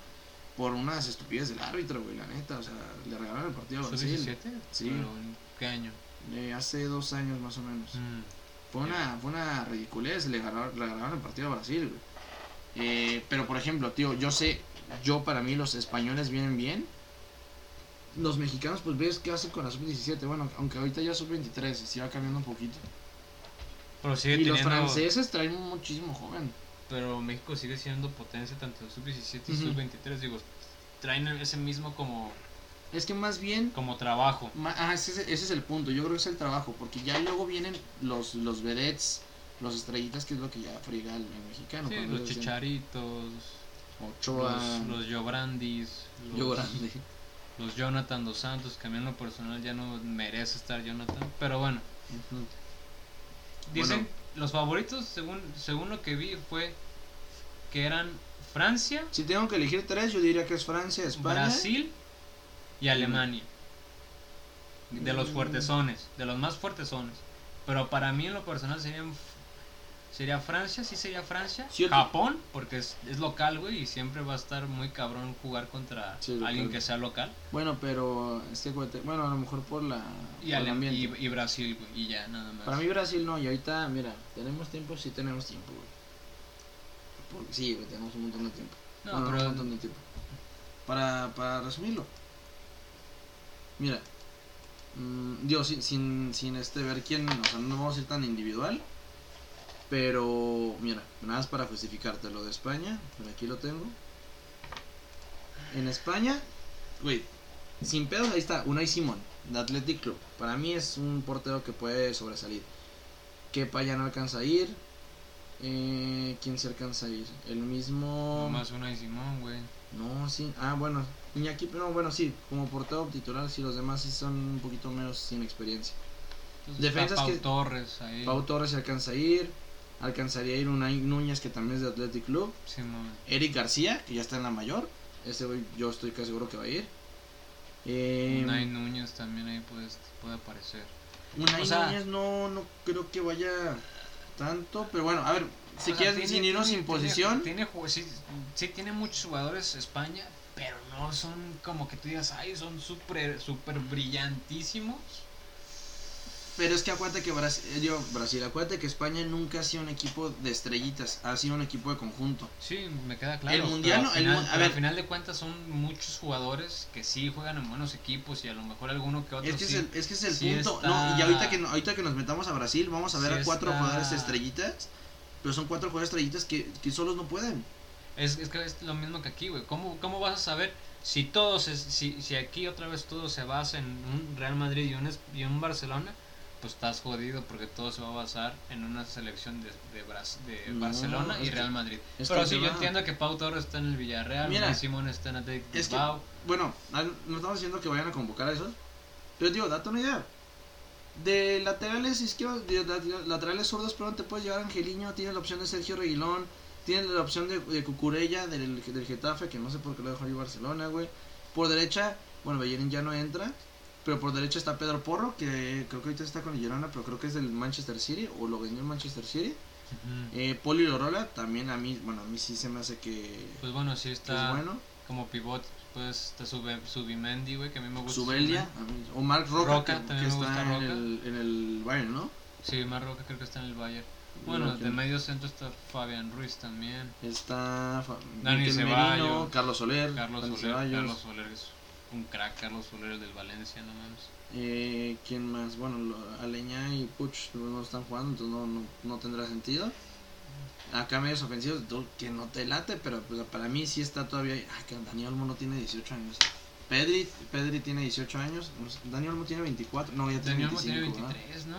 Speaker 2: Por unas estupideces del árbitro, güey, la neta, o sea, le regalaron el partido a
Speaker 1: ¿Sub
Speaker 2: Brasil.
Speaker 1: 17?
Speaker 2: Sí.
Speaker 1: Pero, ¿en ¿Qué año?
Speaker 2: eh, hace dos años más o menos.
Speaker 1: Mm,
Speaker 2: Fue una, fue una ridiculez, le ganaron, le ganaron el partido a Brasil, güey. Eh, pero por ejemplo, tío, yo sé, yo para mí los españoles vienen bien. Los mexicanos, pues ves qué hacen con la sub-17. Bueno, aunque ahorita ya sub-23, sí va cambiando un poquito.
Speaker 1: Pero sigue
Speaker 2: Y los
Speaker 1: teniendo-
Speaker 2: franceses traen muchísimo joven.
Speaker 1: Pero México sigue siendo potencia tanto en sub-17 y
Speaker 2: Ujú.
Speaker 1: sub-23. Digo, traen ese mismo como,
Speaker 2: Es que más bien.
Speaker 1: como trabajo.
Speaker 2: ma- ah, ese, es- ese es el punto. Yo creo que es el trabajo. Porque ya luego vienen los, los vedettes, los estrellitas, que es lo que ya friega el, el mexicano.
Speaker 1: Sí,
Speaker 2: cuando
Speaker 1: los
Speaker 2: les dicen
Speaker 1: chicharitos,
Speaker 2: Ochoa,
Speaker 1: los, los Llobrandis, los,
Speaker 2: [LAUGHS] Yo grande.
Speaker 1: los Jonathan dos Santos, que a mí en lo personal ya no merece estar Jonathan, pero bueno. Dicen,
Speaker 2: Bueno.
Speaker 1: los favoritos, según, según lo que vi, fue que eran Francia,
Speaker 2: Si tengo que elegir tres, yo diría que es Francia, España.
Speaker 1: Brasil y Alemania. De los
Speaker 2: Mm.
Speaker 1: fuertesones, de los más fuertesones. Pero para mí en lo personal serían f- sería Francia, sí sería Francia,
Speaker 2: Sí, yo te-
Speaker 1: Japón, porque es, es local, güey, y siempre va a estar muy cabrón jugar contra
Speaker 2: Sí,
Speaker 1: alguien
Speaker 2: local.
Speaker 1: que sea local.
Speaker 2: Bueno, pero este cuate, bueno, a lo mejor por la
Speaker 1: Y,
Speaker 2: por el
Speaker 1: Ale-
Speaker 2: ambiente.
Speaker 1: y, y Brasil, güey, y ya, nada más.
Speaker 2: Para mí Brasil no, y ahorita, mira, tenemos tiempo, sí tenemos tiempo, güey. Porque sí, güey, tenemos un montón de tiempo.
Speaker 1: No,
Speaker 2: Bueno,
Speaker 1: pero-
Speaker 2: Ah, un montón de tiempo. Para, para resumirlo. Mira, mm, digo, sin, sin, sin este ver quién, o sea, no vamos a ir tan individual. Pero, mira, nada más para justificarte lo de España, pero aquí lo tengo. En España, güey, sin pedos, ahí está, Unai Simón, de Athletic Club. Para mí es un portero que puede sobresalir. Kepa ya no alcanza a ir. Eh, ¿Quién se alcanza a ir? El mismo...
Speaker 1: Nomás uno y Simón, güey.
Speaker 2: No, sí. Ah, bueno. Iñaki, pero bueno, sí. Como portero titular, sí. Los demás sí son un poquito menos sin experiencia.
Speaker 1: Entonces,
Speaker 2: Defensas
Speaker 1: está Pau
Speaker 2: que-
Speaker 1: Torres ahí.
Speaker 2: Pau Torres se alcanza a ir. Alcanzaría a ir Unai Núñez, que también es de Athletic Club.
Speaker 1: Simón.
Speaker 2: Eric García, que ya está en la mayor. Ese güey yo estoy casi seguro que va a ir. Eh,
Speaker 1: Unai
Speaker 2: Unai,
Speaker 1: Núñez también ahí puede, puede aparecer. o sea-
Speaker 2: Núñez no, no creo que vaya tanto. Pero bueno, a ver. Si
Speaker 1: O sea,
Speaker 2: quieres,
Speaker 1: tiene-
Speaker 2: sin irnos
Speaker 1: tiene-
Speaker 2: sin posición.
Speaker 1: Tiene, tiene ju- sí, sí tiene muchos jugadores España, pero no son como que tú digas, ay, son súper, súper brillantísimos.
Speaker 2: Pero es que acuérdate que Brasil, digo, Brasil, acuérdate que España nunca ha sido un equipo de estrellitas. Ha sido un equipo de conjunto.
Speaker 1: Sí, me queda claro.
Speaker 2: El mundial,
Speaker 1: pero
Speaker 2: no,
Speaker 1: al
Speaker 2: el
Speaker 1: final,
Speaker 2: mu- a
Speaker 1: pero al
Speaker 2: ver.
Speaker 1: final de cuentas son muchos jugadores que sí juegan en buenos equipos y a lo mejor alguno que otro
Speaker 2: Es que,
Speaker 1: sí.
Speaker 2: es, el, es que es el
Speaker 1: sí
Speaker 2: punto.
Speaker 1: está-
Speaker 2: No, y ahorita que, no- ahorita que nos metamos a Brasil, vamos a ver
Speaker 1: Sí
Speaker 2: a cuatro
Speaker 1: está-
Speaker 2: jugadores estrellitas. Pero son cuatro jugadores estrellitas que, que solos no pueden.
Speaker 1: Es, es que es lo mismo que aquí, güey. ¿Cómo, ¿Cómo vas a saber si todos, es- si, si aquí otra vez todo se basa en un Real Madrid y un, es- y un Barcelona? Pues estás jodido porque todo se va a basar en una selección de, de, Bras- de
Speaker 2: No,
Speaker 1: Barcelona y
Speaker 2: es que-
Speaker 1: Real Madrid.
Speaker 2: es
Speaker 1: Pero
Speaker 2: que
Speaker 1: sí,
Speaker 2: se
Speaker 1: yo
Speaker 2: va.
Speaker 1: entiendo que Pau Torres está en el Villarreal,
Speaker 2: Mira,
Speaker 1: Mira, Simón está en Athletic
Speaker 2: es que-
Speaker 1: Bilbao.
Speaker 2: Bueno, al- no estamos diciendo que vayan a convocar a esos. Pero digo, date una idea. De laterales izquierdos, de la- laterales zurdos, perdón, te puedes llevar a Angeliño. Tienes la opción de Sergio Reguilón. Tienes la opción de, de Cucurella del, del Getafe, que no sé por qué lo dejó ahí Barcelona, güey. Por derecha, bueno, Bellerín ya no entra. Pero por derecha está Pedro Porro, que creo que ahorita está con el Girona, pero creo que es del Manchester City, o lo vendió el Manchester City.
Speaker 1: Ujú.
Speaker 2: Eh, Poli Lorola, también a mí, bueno, a mí sí se me hace que,
Speaker 1: Pues bueno, sí
Speaker 2: que
Speaker 1: está
Speaker 2: es bueno.
Speaker 1: como pivot. Pues está Sube- Subimendi, güey, que a mí me gusta.
Speaker 2: Subelia, Pues, a mí- o Mark Roca,
Speaker 1: Roca,
Speaker 2: que,
Speaker 1: también
Speaker 2: que
Speaker 1: me gusta
Speaker 2: está en
Speaker 1: Roca.
Speaker 2: el, en el Bayern, ¿no?
Speaker 1: Sí, Marroca creo que está en el Bayern. Bueno,
Speaker 2: Roca.
Speaker 1: de medio centro está Fabián Ruiz también.
Speaker 2: Está Fa-
Speaker 1: Dani
Speaker 2: Mikel
Speaker 1: Ceballos.
Speaker 2: Merino, Carlos Soler,
Speaker 1: Carlos
Speaker 2: Dani
Speaker 1: Soler,
Speaker 2: Ceballos,
Speaker 1: Carlos Soler es un crack, Carlos Soler es del Valencia, no mames.
Speaker 2: eh, ¿quién más? Bueno, lo- Aleñá y Puch no están jugando, entonces no, no, no tendrá sentido. Acá medios ofensivos, tú, que no te late, pero pues, para mí sí está todavía... Ah, que Dani Olmo no tiene 18 años. Pedri, Pedri tiene 18 años, no sé, Dani Olmo tiene 24, no, ya tiene
Speaker 1: Daniel
Speaker 2: 25,
Speaker 1: tiene
Speaker 2: ¿verdad? Eh,
Speaker 1: 23, ¿no?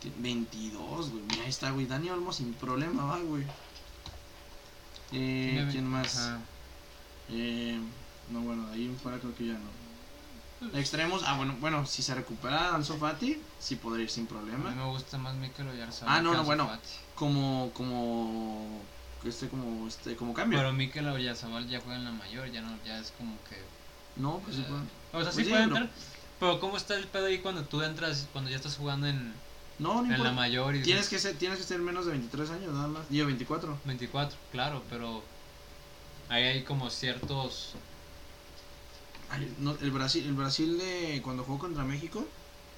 Speaker 2: Tiene 22, güey. Mira, ahí está, güey. Dani Olmo sin problema, va, güey. Eh,
Speaker 1: Tiene
Speaker 2: ¿Quién más?
Speaker 1: Ajá.
Speaker 2: Eh, no, bueno, de ahí en fuera creo que ya no. Extremos, ah, bueno, bueno, si se recupera Ansu Fati, sí podría ir
Speaker 1: A
Speaker 2: sin
Speaker 1: mí
Speaker 2: problema.
Speaker 1: me gusta más Mikel Oyarzabal.
Speaker 2: Ah, no,
Speaker 1: que
Speaker 2: no,
Speaker 1: Ansu
Speaker 2: bueno.
Speaker 1: Fati.
Speaker 2: Como, como, este, como, este, como cambio.
Speaker 1: Pero Mikel Oyarzabal ya juega en la mayor, ya no ya es como que
Speaker 2: no, pues
Speaker 1: eh,
Speaker 2: sí, puede.
Speaker 1: O sea,
Speaker 2: Pues
Speaker 1: sí
Speaker 2: sí,
Speaker 1: puede
Speaker 2: pero-
Speaker 1: entrar. Pero cómo está el pedo ahí cuando tú entras cuando ya estás jugando en,
Speaker 2: No, no
Speaker 1: en la
Speaker 2: importa.
Speaker 1: mayor y
Speaker 2: Tienes que ser, tienes que ser menos de 23 años nada más. Digo, 24.
Speaker 1: 24, claro, pero ahí hay como ciertos
Speaker 2: Ay, no, el Brasil, el Brasil de cuando jugó contra México,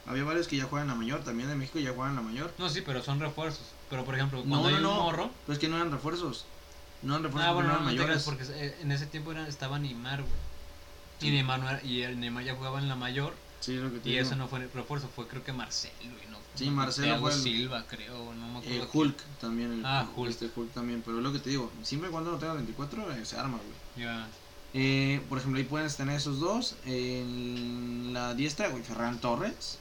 Speaker 2: había varios que ya juegan la mayor, también de México ya juegan la mayor.
Speaker 1: No, sí, pero son refuerzos. Pero por ejemplo,
Speaker 2: No,
Speaker 1: cuando hay
Speaker 2: no,
Speaker 1: un
Speaker 2: no.
Speaker 1: morro
Speaker 2: Pero es Pues que no eran refuerzos. No eran refuerzos
Speaker 1: Ah,
Speaker 2: porque
Speaker 1: bueno,
Speaker 2: no
Speaker 1: no,
Speaker 2: eran
Speaker 1: no te
Speaker 2: mayores.
Speaker 1: creas, porque eh, en ese tiempo era- estaba Neymar, güey.
Speaker 2: Sí.
Speaker 1: Y Neymar, no era- y el Neymar ya jugaba en la mayor.
Speaker 2: Sí, es lo que te
Speaker 1: Y
Speaker 2: digo.
Speaker 1: eso no fue refuerzo, fue creo que Marcelo. Y no,
Speaker 2: Sí,
Speaker 1: no,
Speaker 2: Marcelo
Speaker 1: Thiago
Speaker 2: fue el-
Speaker 1: Silva, creo. No me
Speaker 2: Eh,
Speaker 1: acuerdo.
Speaker 2: Hulk también. El,
Speaker 1: Ah, Hulk.
Speaker 2: Este Hulk también. Pero es lo que te digo, siempre y cuando no tengas 24, eh, se arma, güey.
Speaker 1: Ya.
Speaker 2: Eh, por ejemplo, ahí puedes tener esos dos. En la diestra, güey, Ferran Torres.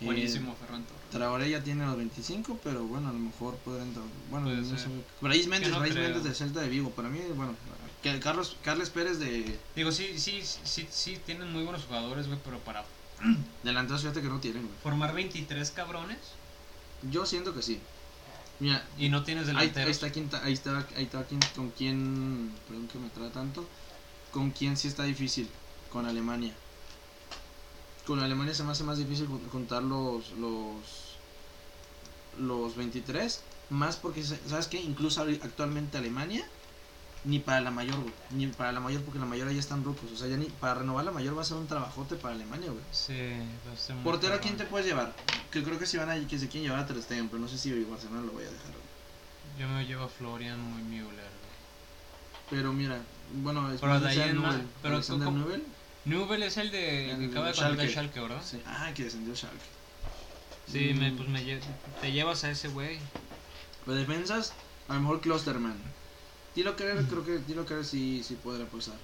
Speaker 3: Buenísimo, Ferran Torres.
Speaker 2: Eh, Traoré ya tiene los 25, pero bueno, a lo mejor podrán. entrar. Bueno,
Speaker 1: Puede
Speaker 2: no
Speaker 1: ser.
Speaker 2: sé. Brais Méndez,
Speaker 1: no
Speaker 2: Brais
Speaker 1: creo.
Speaker 2: Méndez de Celta de Vigo. Para mí, bueno, que Carlos, Carles Pérez de
Speaker 1: Digo, sí, sí, sí, sí, sí, tienen muy buenos jugadores, güey, pero para
Speaker 2: delantero, fíjate que no tienen, güey.
Speaker 1: formar 23 cabrones
Speaker 2: Yo siento que sí. Mira,
Speaker 1: y no tienes
Speaker 2: ahí,
Speaker 1: delanteros.
Speaker 2: ahí está quien, ta- ahí está, ahí está quien, con quien, perdón que me trae tanto, con quien sí está difícil, con Alemania. Con Alemania se me hace más difícil jun- juntar los, los, los 23, más porque, se- ¿sabes qué? Incluso ahori- actualmente Alemania, ni para la mayor, güey, ni para la mayor, porque la mayor ya están rucos, o sea, ya ni, para renovar la mayor va a ser un trabajote para Alemania, güey.
Speaker 1: Sí, va a ser muy
Speaker 2: Portero, ¿a
Speaker 1: cabrón.
Speaker 2: quién te puedes llevar? Que creo que si van a, que se quieren llevar a Ter Stegen, pero no sé si Barcelona lo voy a dejar, güey.
Speaker 1: Yo me llevo a Florian muy Müller. güey.
Speaker 2: Pero mira, bueno, es
Speaker 1: Pero de ahí
Speaker 2: Alexander
Speaker 1: en más-
Speaker 2: Nubel,
Speaker 1: pero
Speaker 2: Alexander
Speaker 1: ¿cómo-
Speaker 2: Nubel,
Speaker 1: Nubel es el de el que
Speaker 2: El
Speaker 1: acaba de contratar
Speaker 2: Schalke.
Speaker 1: Schalke, ¿verdad?
Speaker 2: sí. Ah, que descendió Schalke.
Speaker 1: Sí,
Speaker 2: Mm,
Speaker 1: me, pues me lle- te llevas a ese güey.
Speaker 2: Pero defensas, a lo mejor Klosterman. Tilo Kerr, creo que Tilo Kerr sí, sí podrá pasar.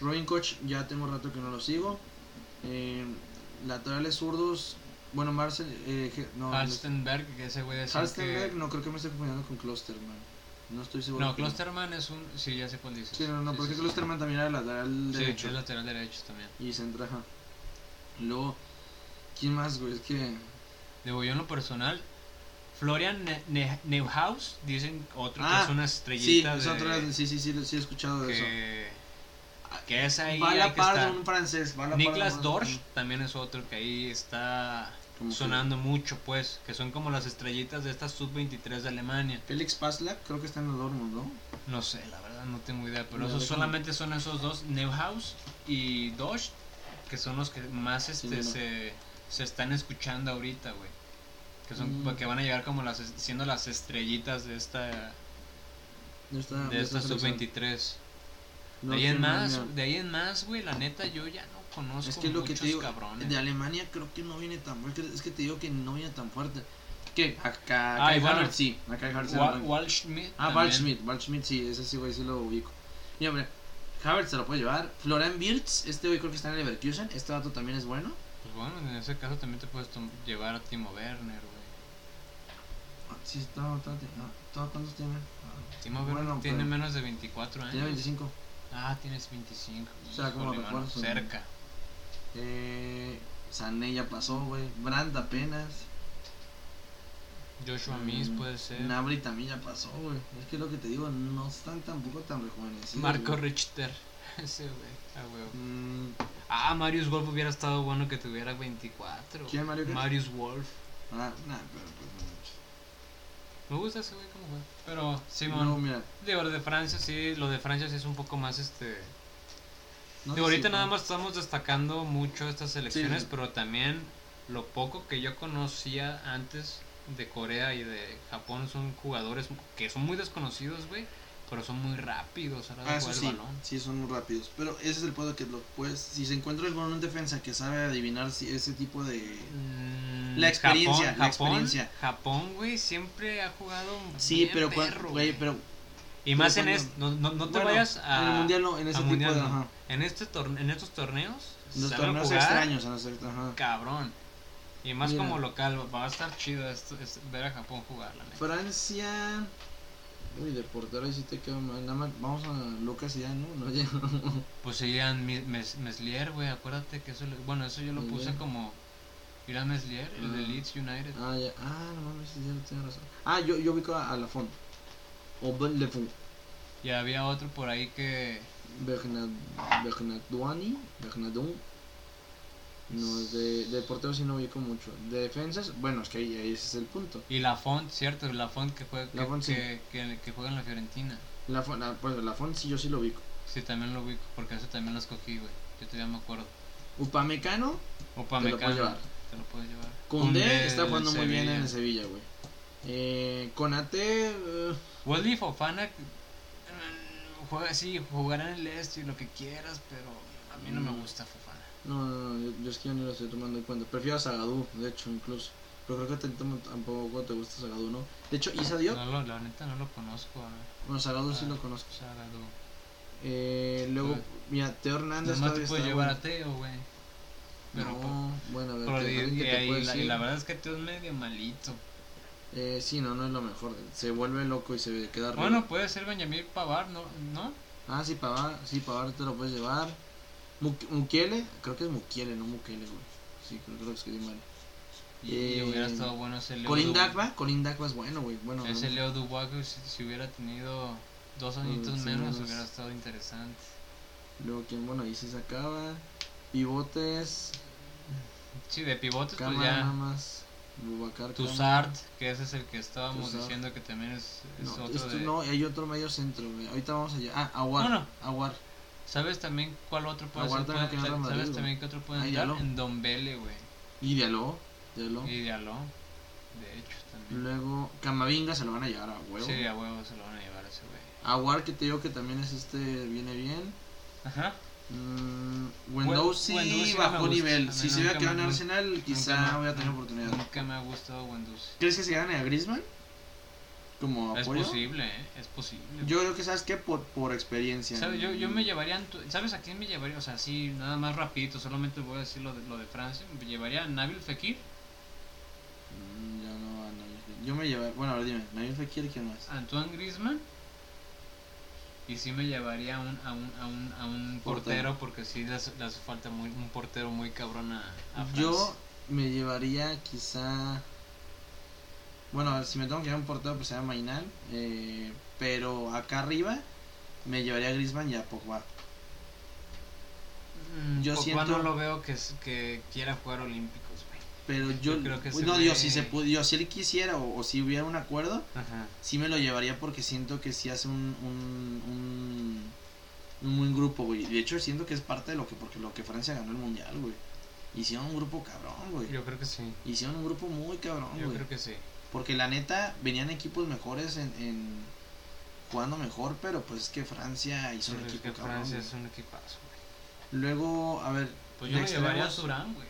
Speaker 2: Robin Koch, ya tengo rato que no lo sigo. Eh, laterales zurdos, bueno, Marcel, eh, Je- no,
Speaker 1: Halstenberg, que ese güey decía
Speaker 2: Halstenberg,
Speaker 1: que...
Speaker 2: no, creo que me estoy confundiendo con Klosterman. No estoy seguro.
Speaker 1: No,
Speaker 2: que-
Speaker 1: Klosterman es un... Sí, ya sé cuál dices.
Speaker 2: Sí, no, no,
Speaker 1: Sí,
Speaker 2: porque
Speaker 1: sí, sí.
Speaker 2: Klosterman también era lateral
Speaker 1: Sí,
Speaker 2: derecho.
Speaker 1: es lateral derecho también.
Speaker 2: Y centra, ajá. Luego, ¿quién más, güey? Es que.
Speaker 1: Digo, yo en lo personal, Florian Ne- Ne- Neuhaus, dicen otro
Speaker 2: Ah,
Speaker 1: que es una
Speaker 2: Sí,
Speaker 1: estrellita
Speaker 2: es
Speaker 1: de-
Speaker 2: otra vez, sí, sí, sí, sí, he escuchado de eso.
Speaker 1: que, que es ahí
Speaker 2: va a
Speaker 1: hay
Speaker 2: la
Speaker 1: que
Speaker 2: par de
Speaker 1: estar.
Speaker 2: un francés. Va a la par de
Speaker 1: Niklas
Speaker 2: un-
Speaker 1: Dorsch también es otro que ahí está
Speaker 2: Como que-
Speaker 1: sonando mucho, pues, que son como las estrellitas de esta sub-23 de Alemania.
Speaker 2: Félix Paslak, creo que está en el Dortmund, ¿no?
Speaker 1: No sé, la verdad no tengo idea, pero
Speaker 2: No,
Speaker 1: esos
Speaker 2: déjame.
Speaker 1: solamente son esos dos, Neuhaus y Dosh, que son los que más
Speaker 2: Sí,
Speaker 1: este
Speaker 2: no, no.
Speaker 1: se, se están escuchando ahorita, güey. Que son
Speaker 2: Mm.
Speaker 1: que van a llegar como las es- siendo las estrellitas de esta
Speaker 2: No está.
Speaker 1: de esta
Speaker 2: selección.
Speaker 1: sub-23.
Speaker 2: No,
Speaker 1: de ahí en
Speaker 2: sí,
Speaker 1: más,
Speaker 2: mira.
Speaker 1: de ahí en más, güey, la neta yo ya no conozco
Speaker 2: Es que es lo que
Speaker 1: muchos
Speaker 2: te digo.
Speaker 1: cabrones.
Speaker 2: De Alemania creo que no viene tan fuerte. Es que te digo que no viene tan fuerte. ¿Qué? Acá.
Speaker 1: Ah,
Speaker 2: Kai
Speaker 1: y bueno.
Speaker 2: Havertz, sí. Acá hay Havertz en el
Speaker 1: Wa-
Speaker 2: banco.
Speaker 1: Waldschmidt
Speaker 2: Ah,
Speaker 1: también.
Speaker 2: Waldschmidt, Waldschmidt, sí, ese sí, güey, sí lo ubico. Mira, hombre, Havertz se lo puede llevar. Florian Wirtz, este güey creo que está en el Leverkusen. Este dato también es bueno.
Speaker 1: Pues bueno, en ese caso también te puedes tom- llevar a Timo Werner, güey.
Speaker 2: Ah, Sí, está bastante. Ah, ¿todo ¿Cuántos tiene? Ah,
Speaker 1: Timo Werner
Speaker 2: Bueno,
Speaker 1: tiene
Speaker 2: pero-
Speaker 1: menos de 24 años.
Speaker 2: tiene 25.
Speaker 1: Ah, tienes 25.
Speaker 2: O sea, como
Speaker 1: Híjole, mano,
Speaker 2: refuerzo, ¿no?
Speaker 1: cerca.
Speaker 2: Eh, Sané ya pasó, güey. Brand apenas.
Speaker 1: Joshua
Speaker 2: Mm,
Speaker 1: Miss puede ser.
Speaker 2: Nabri también ya pasó, güey. Es que lo que te digo, no están tampoco tan rejuvenecidos.
Speaker 1: Marco
Speaker 2: güey.
Speaker 1: Richter. [LAUGHS] Ese güey. Ah, huevo.
Speaker 2: Mm,
Speaker 1: Ah, Marius Wolf hubiera estado bueno que tuviera 24.
Speaker 2: ¿Quién, Mario? qué?
Speaker 1: Marius Wolf.
Speaker 2: Ah, nah, pero pues no mucho.
Speaker 1: Me gusta ese güey como juega. Pero,
Speaker 2: No,
Speaker 1: Simón.
Speaker 2: mira.
Speaker 1: Digo, lo de Francia sí. Lo de Francia sí es un poco más este.
Speaker 2: no
Speaker 1: Digo,
Speaker 2: sé
Speaker 1: ahorita
Speaker 2: si-
Speaker 1: nada más estamos destacando mucho estas selecciones,
Speaker 2: sí.
Speaker 1: pero también lo poco que yo conocía antes de Corea y de Japón son jugadores que son muy desconocidos, güey, pero son muy rápidos a la hora de
Speaker 2: Ah, eso
Speaker 1: jugar
Speaker 2: sí,
Speaker 1: el balón.
Speaker 2: sí, son muy rápidos. Pero ese es el pedo que lo puedes. Si se encuentra con un defensa que sabe adivinar si ese tipo de.
Speaker 1: Mm,
Speaker 2: La experiencia,
Speaker 1: Japón,
Speaker 2: la
Speaker 1: Japón-
Speaker 2: experiencia.
Speaker 1: Japón, güey, siempre ha jugado
Speaker 2: Sí,
Speaker 1: bien
Speaker 2: pero. cuan-
Speaker 1: perro,
Speaker 2: güey,
Speaker 1: güey.
Speaker 2: pero.
Speaker 1: y más
Speaker 2: pero
Speaker 1: en
Speaker 2: cuando-
Speaker 1: este, no, no, no te
Speaker 2: bueno,
Speaker 1: vayas a
Speaker 2: En el mundial, no, en
Speaker 1: a
Speaker 2: ese tipo
Speaker 1: mundial,
Speaker 2: de.
Speaker 1: no.
Speaker 2: Ajá,
Speaker 1: en este torne- en estos torneos,
Speaker 2: los
Speaker 1: saben
Speaker 2: torneos
Speaker 1: jugar,
Speaker 2: extraños, en los- ajá.
Speaker 1: cabrón. Y más
Speaker 2: Mira.
Speaker 1: como local, va a estar chido esto- es- ver a Japón jugar, la neta.
Speaker 2: Francia. Uy, de portero ahí sí te quedo mal. Nada más, vamos a Lucas y ya, ¿no? No
Speaker 1: [LAUGHS]
Speaker 2: llegamos.
Speaker 1: Pues seguían Mi- Mes- Meslier, güey, acuérdate que eso, le- bueno, eso yo lo
Speaker 2: Meslier.
Speaker 1: puse como Irán Meslier, el de
Speaker 2: Ah.
Speaker 1: Leeds United.
Speaker 2: Ah, ya. Ah, no mames, sí, ya tienes razón. Ah, yo, yo ubico a, a Lafont. O Ben Lefou.
Speaker 1: Y había otro por ahí que
Speaker 2: Bernad, Bernaduani, Bernadou. No, es de, de portero sí no ubico mucho. De defensas, bueno, es que ahí, ahí ese es el punto.
Speaker 1: y Lafont, cierto, Lafont que juega que,
Speaker 2: Lafont, sí.
Speaker 1: que, que- que juega en la Fiorentina.
Speaker 2: Lafont, la, pues Lafont sí yo sí lo ubico.
Speaker 1: Sí, también lo ubico, porque eso también lo escogí, güey. Yo todavía me acuerdo.
Speaker 2: Upamecano,
Speaker 1: O
Speaker 2: puedes llevar.
Speaker 1: Te lo puedes llevar.
Speaker 2: Koundé está
Speaker 1: del
Speaker 2: jugando muy bien en el
Speaker 1: Sevilla.
Speaker 2: Sevilla, güey. Eh, Conate, eh,
Speaker 1: Wesley Fofana mm, juega así, jugará en el este y lo que quieras, pero a mí no me
Speaker 2: Mm.
Speaker 1: gusta Fofana.
Speaker 2: no, no, no, yo, yo es que yo ni lo estoy tomando en cuenta. Prefiero a Sagadú, de hecho, incluso. Pero creo que te- tampoco te gusta Sagadú, ¿no? De hecho, Isa Diop,
Speaker 1: No lo, la neta no lo conozco. a-
Speaker 2: bueno, Sagadú sí
Speaker 1: Ah.
Speaker 2: lo conozco.
Speaker 1: o sea, lo-
Speaker 2: Eh, luego,
Speaker 1: Pero-
Speaker 2: mira, Teo Hernández
Speaker 1: Pues, Nomás te
Speaker 2: todavía
Speaker 1: puedes
Speaker 2: está
Speaker 1: llevar
Speaker 2: bueno.
Speaker 1: a Teo, güey. Pero, pues,
Speaker 2: no, bueno, a ver,
Speaker 1: pero
Speaker 2: ¿qué-
Speaker 1: di-
Speaker 2: alguien que
Speaker 1: y
Speaker 2: te
Speaker 1: ahí
Speaker 2: puede
Speaker 1: la, y
Speaker 2: decir?
Speaker 1: la verdad es que tú es medio malito.
Speaker 2: Eh, sí, no, no es lo mejor. Se vuelve loco y se queda arriba.
Speaker 1: Bueno, puede ser Benjamín Pavar, ¿no? ¿No?
Speaker 2: Ah, sí, Pavar, sí, Pavar te lo puedes llevar. Mu- Mukiele, creo que es Mukiele, no Mukele, güey. Sí, creo, creo que escribí mal.
Speaker 1: Y,
Speaker 2: Eh,
Speaker 1: hubiera estado bueno ese Leo.
Speaker 2: Colin
Speaker 1: Du-
Speaker 2: Dagba, Colin Dagba es bueno, güey. Bueno,
Speaker 1: Ese
Speaker 2: no-
Speaker 1: Leo Dubois, que si, si hubiera tenido dos añitos
Speaker 2: sí,
Speaker 1: menos,
Speaker 2: menos.
Speaker 1: hubiera estado interesante.
Speaker 2: luego quién, bueno, ahí sí se acaba. Pivotes,
Speaker 1: Sí, de pivotes, pues
Speaker 2: cámara nada
Speaker 1: ya.
Speaker 2: más. Bubacar,
Speaker 1: Tussard, que ese es el que estábamos
Speaker 2: Tussard.
Speaker 1: diciendo que también es, es
Speaker 2: No,
Speaker 1: otro
Speaker 2: esto
Speaker 1: de.
Speaker 2: no, hay otro medio centro, güey. Ahorita vamos allá. Ah, Aguar.
Speaker 1: No, no.
Speaker 2: Aguar.
Speaker 1: ¿Sabes también cuál otro puede ser?
Speaker 2: Aguarda lo
Speaker 1: Puede-
Speaker 2: que gana
Speaker 1: ¿Sabes
Speaker 2: Madrid, güey.
Speaker 1: también qué otro puede
Speaker 2: Ah,
Speaker 1: entrar?
Speaker 2: Diallo.
Speaker 1: En Don Bele, güey.
Speaker 2: Y Dialó. Dialó.
Speaker 1: Y Diallo. De hecho, también.
Speaker 2: Luego, Camavinga se lo van a llevar a huevo.
Speaker 1: Sí, a huevo se lo van a llevar a ese güey.
Speaker 2: Aguar, que te digo que también es este, viene bien.
Speaker 1: Ajá.
Speaker 2: Mm,
Speaker 1: Wen- Guendouzi
Speaker 2: Wendouzi
Speaker 1: no me
Speaker 2: bajó
Speaker 1: gusta. A
Speaker 2: nivel.
Speaker 1: mí
Speaker 2: Si se
Speaker 1: nunca
Speaker 2: hubiera quedado en
Speaker 1: me-
Speaker 2: Arsenal,
Speaker 1: Nunca
Speaker 2: quizá
Speaker 1: me-
Speaker 2: voy a tener oportunidad.
Speaker 1: Nunca me ha gustado Wendouzi.
Speaker 2: ¿Crees que se gane a Griezmann? Como
Speaker 1: Es
Speaker 2: apoyo.
Speaker 1: posible, ¿eh? Es posible.
Speaker 2: Yo creo que sabes que por, por experiencia.
Speaker 1: ¿Sabes? Yo, yo
Speaker 2: mm,
Speaker 1: me llevaría. a Antu- ¿Sabes a quién me llevaría? O sea, sí, nada más rapidito, solamente voy a decir lo de, lo de Francia. Me llevaría a Nabil Fekir,
Speaker 2: mm, ya no, a Nabil Fekir. Yo me llevaría. Bueno, a ver, dime. ¿Nabil Fekir quién más?
Speaker 1: a Antoine Griezmann. Y sí me llevaría a un, a un, a un, a un portero,
Speaker 2: Portero.
Speaker 1: porque sí le hace, le hace falta muy, un portero muy cabrón a, a Francia.
Speaker 2: Yo me llevaría quizá. Bueno, si me tengo que llevar un portero, pues será Mainal. eh, pero acá arriba me llevaría a Grisman y a Pogba.
Speaker 1: Mm,
Speaker 2: yo
Speaker 1: Pogba
Speaker 2: siento-
Speaker 1: no lo veo que, es- que quiera jugar olímpicos, güey.
Speaker 2: Pero yo.
Speaker 1: creo que
Speaker 2: Uy,
Speaker 1: ese
Speaker 2: no,
Speaker 1: güey-
Speaker 2: Dios, si, se pu- yo, si él quisiera o, o si hubiera un acuerdo,
Speaker 1: Ajá.
Speaker 2: sí me lo llevaría porque siento que sí hace un. un, un un buen grupo, güey. De hecho, siento que es parte de lo que, porque lo que Francia ganó el mundial, güey. Hicieron un grupo cabrón, güey.
Speaker 1: Yo creo que sí.
Speaker 2: Hicieron un grupo muy cabrón,
Speaker 1: Yo
Speaker 2: güey.
Speaker 1: creo que sí.
Speaker 2: Porque la neta, venían equipos mejores en, en jugando mejor, pero pues es que Francia hizo un
Speaker 1: Pero es
Speaker 2: equipo
Speaker 1: que
Speaker 2: cabrón.
Speaker 1: Francia
Speaker 2: güey.
Speaker 1: es un equipazo, güey.
Speaker 2: Luego, a ver,
Speaker 1: Pues yo
Speaker 2: ¿De
Speaker 1: me llevaría a
Speaker 2: extremos?
Speaker 1: Surán, güey.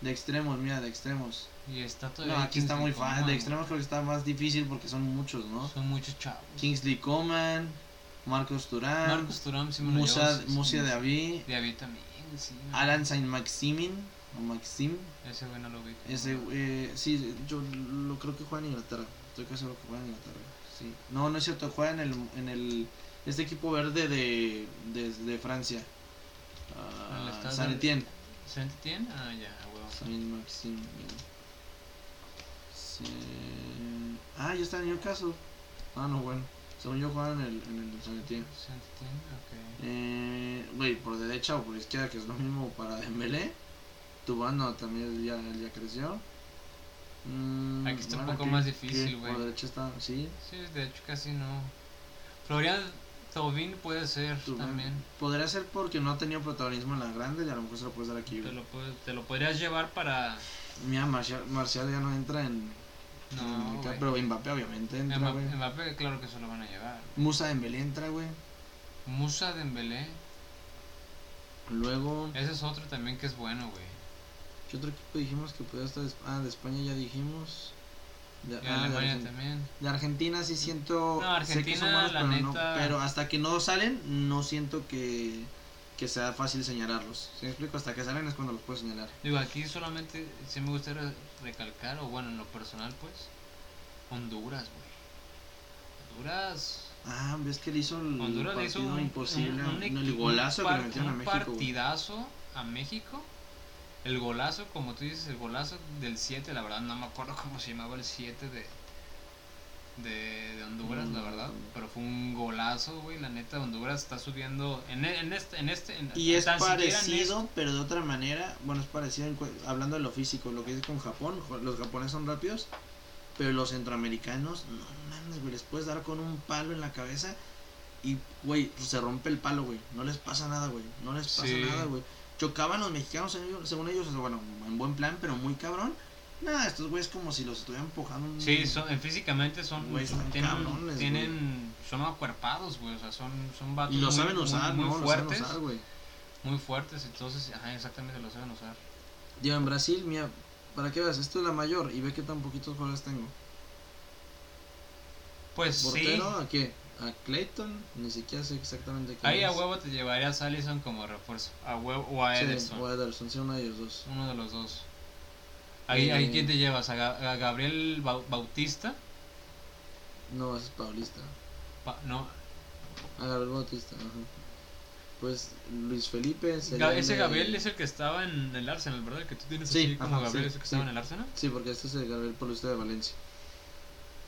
Speaker 2: de extremos, mira, de extremos.
Speaker 1: Y está
Speaker 2: No,
Speaker 1: todavía.
Speaker 2: aquí está
Speaker 1: Kingsley
Speaker 2: muy fácil.
Speaker 1: Coman,
Speaker 2: De
Speaker 1: güey.
Speaker 2: extremos creo que está más difícil porque son muchos, ¿no?
Speaker 1: Son muchos chavos.
Speaker 2: Kingsley Coman, Marcos Turán,
Speaker 1: Marcos Thuram sí me lo
Speaker 2: Musa,
Speaker 1: llevo, sí,
Speaker 2: Musa
Speaker 1: sí,
Speaker 2: de
Speaker 1: sí.
Speaker 2: Avi,
Speaker 1: De Avi también, sí.
Speaker 2: Alan Saint Maximin, o Maxim,
Speaker 1: Ese güey no lo vi.
Speaker 2: ese, eh, sí, yo lo creo que juega en Inglaterra. Estoy casi seguro que juega en Inglaterra. Sí. No, no es cierto, juega en el, en el este equipo verde de, de, de Francia.
Speaker 1: El
Speaker 2: Ah,
Speaker 1: Stade
Speaker 2: San
Speaker 1: de-
Speaker 2: Etienne.
Speaker 1: ¿Se entiende? Ah, ya, a huevo.
Speaker 2: Saint Maxime. Sí. Ah, ya está en Newcastle. Ah, no, bueno. Según yo juegan en el, en el San Etienne.
Speaker 1: ¿Se entiende?
Speaker 2: Eh, güey, por derecha o por izquierda, que es lo mismo para Dembélé. Tubano también ya, ya creció. Mm,
Speaker 1: Aquí está un poco
Speaker 2: ¿qué-
Speaker 1: más
Speaker 2: qué?
Speaker 1: difícil, güey.
Speaker 2: Por derecha está, sí.
Speaker 1: Ok. Sí, de hecho casi no. Florian Tobin puede ser
Speaker 2: Tubán.
Speaker 1: también.
Speaker 2: Podría ser porque no ha tenido protagonismo en la grande y a lo mejor se lo puedes dar aquí.
Speaker 1: Te
Speaker 2: güey.
Speaker 1: lo, puede- te lo podrías llevar para.
Speaker 2: Mira, Marcial, Marcial ya no entra en. en
Speaker 1: No,
Speaker 2: acá,
Speaker 1: güey.
Speaker 2: pero Mbappé obviamente entra, güey.
Speaker 1: Mbappé, Mbappé, claro que se lo van a llevar.
Speaker 2: Musa Dembélé entra, güey.
Speaker 1: Musa Dembélé,
Speaker 2: Luego,
Speaker 1: ese es otro también que es bueno, güey.
Speaker 2: ¿qué otro equipo dijimos que podía estar? de Esp- Ah, de España ya dijimos. De,
Speaker 1: Y
Speaker 2: ah, de
Speaker 1: Alemania
Speaker 2: Argen-
Speaker 1: también.
Speaker 2: de Argentina sí siento.
Speaker 1: No,
Speaker 2: sé que son
Speaker 1: Argentina,
Speaker 2: buenos,
Speaker 1: la
Speaker 2: pero, no-
Speaker 1: neta-
Speaker 2: pero hasta que no salen, no siento que, que sea fácil señalarlos. ¿Se me explico? Hasta que salen es cuando los puedo señalar.
Speaker 1: Digo, aquí solamente sí me gustaría recalcar, o bueno, en lo personal, pues, Honduras, güey. Honduras.
Speaker 2: Ah, ves que le hizo el
Speaker 1: Honduras le hizo
Speaker 2: partido
Speaker 1: un,
Speaker 2: imposible.
Speaker 1: un- un
Speaker 2: el
Speaker 1: equi-
Speaker 2: golazo
Speaker 1: un
Speaker 2: que
Speaker 1: par-
Speaker 2: le metieron a
Speaker 1: un
Speaker 2: México. güey.
Speaker 1: partidazo a México. El golazo, como tú dices, el golazo del 7, la verdad no me acuerdo cómo se llamaba el 7 de, de, de Honduras, la
Speaker 2: No, no
Speaker 1: verdad.
Speaker 2: recuerdo.
Speaker 1: Pero fue un golazo, güey. La neta, Honduras está subiendo en, e- en este... En este en-
Speaker 2: Y es
Speaker 1: tan siquiera en este.
Speaker 2: parecido, pero de otra manera. Bueno, es parecido en cu- hablando de lo físico, lo que es con Japón. jo- Los japoneses son rápidos, pero los centroamericanos, no mames, güey, les puedes dar con un palo en la cabeza y, güey, se rompe el palo, güey. No les pasa nada, güey. No les pasa
Speaker 1: Sí.
Speaker 2: nada, güey. Chocaban los mexicanos, según- según ellos, o sea, bueno, en buen plan, pero muy cabrón. Nada, estos güeyes como si los estuvieran empujando. un-
Speaker 1: Sí, son, eh, físicamente son,
Speaker 2: Güey,
Speaker 1: son-
Speaker 2: están
Speaker 1: tienen,
Speaker 2: cabrones,
Speaker 1: tienen- son acuerpados, güey, o sea, son, son vatos
Speaker 2: Y lo
Speaker 1: muy-
Speaker 2: saben
Speaker 1: muy-
Speaker 2: usar,
Speaker 1: muy,
Speaker 2: ¿no? Lo saben
Speaker 1: fuertes,
Speaker 2: usar, güey.
Speaker 1: muy fuertes, entonces, ajá, exactamente lo saben usar.
Speaker 2: Digo, en Brasil, mira, para que veas, esto es la mayor y ve qué tan poquitos jugadores tengo.
Speaker 1: Pues sí,
Speaker 2: ¿Portero a qué? a Clayton, ni siquiera sé exactamente quién
Speaker 1: Ahí
Speaker 2: es.
Speaker 1: a huevo te llevarías a Allison como refuerzo. A huevo o a
Speaker 2: Pues Sí,
Speaker 1: Ederson.
Speaker 2: o a Ederson, sí, uno de ellos dos.
Speaker 1: Uno de los dos. Ahí, ahí
Speaker 2: Eh,
Speaker 1: quién te llevas, a, Ga- a Gabriel Bau- Bautista.
Speaker 2: No, ese es Paulista.
Speaker 1: Pa- no,
Speaker 2: A Gabriel Bautista, ajá. Pues Luis Felipe sería
Speaker 1: Ga- ese
Speaker 2: de-
Speaker 1: Gabriel es el que estaba en el Arsenal, ¿verdad? El que tú tienes
Speaker 2: Sí,
Speaker 1: así como
Speaker 2: ajá,
Speaker 1: Gabriel
Speaker 2: sí,
Speaker 1: es el que estaba
Speaker 2: sí.
Speaker 1: en el Arsenal.
Speaker 2: Sí, porque este es el Gabriel Paulista de Valencia.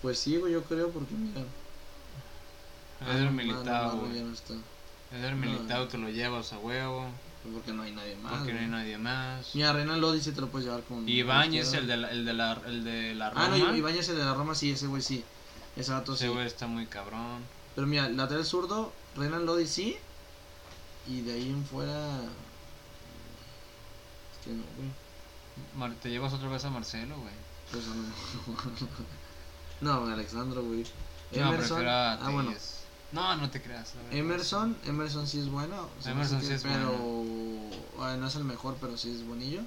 Speaker 2: Pues sí, güey, yo creo porque mira.
Speaker 1: Eder
Speaker 2: ah,
Speaker 1: Militao,
Speaker 2: no, no,
Speaker 1: güey.
Speaker 2: ya no está.
Speaker 1: Eder Militao te lo llevas a huevo.
Speaker 2: Porque no hay nadie más.
Speaker 1: Porque no hay
Speaker 2: güey.
Speaker 1: nadie más.
Speaker 2: Mira, Renan Lodi sí te lo puedes llevar con.
Speaker 1: Ibáñez,
Speaker 2: izquierda.
Speaker 1: el de la, el de la, el de la Roma.
Speaker 2: Ah, no, Ibáñez el de la Roma sí, ese güey sí. Ese vato sí.
Speaker 1: Ese güey está muy cabrón.
Speaker 2: Pero mira, lateral zurdo, Renan Lodi sí. Y de ahí en fuera. Es que no, güey.
Speaker 1: Mar- te llevas otra vez a Marcelo, güey.
Speaker 2: Pues a no. [LAUGHS] no, Alexandro, güey.
Speaker 1: No,
Speaker 2: Emerson.
Speaker 1: prefiero a
Speaker 2: ah, bueno.
Speaker 1: Telles. No, no te creas. la verdad.
Speaker 2: Emerson, Emerson sí es bueno. se me hace
Speaker 1: Emerson
Speaker 2: que-
Speaker 1: sí es
Speaker 2: pero, ah, no es el mejor, pero sí es bonillo.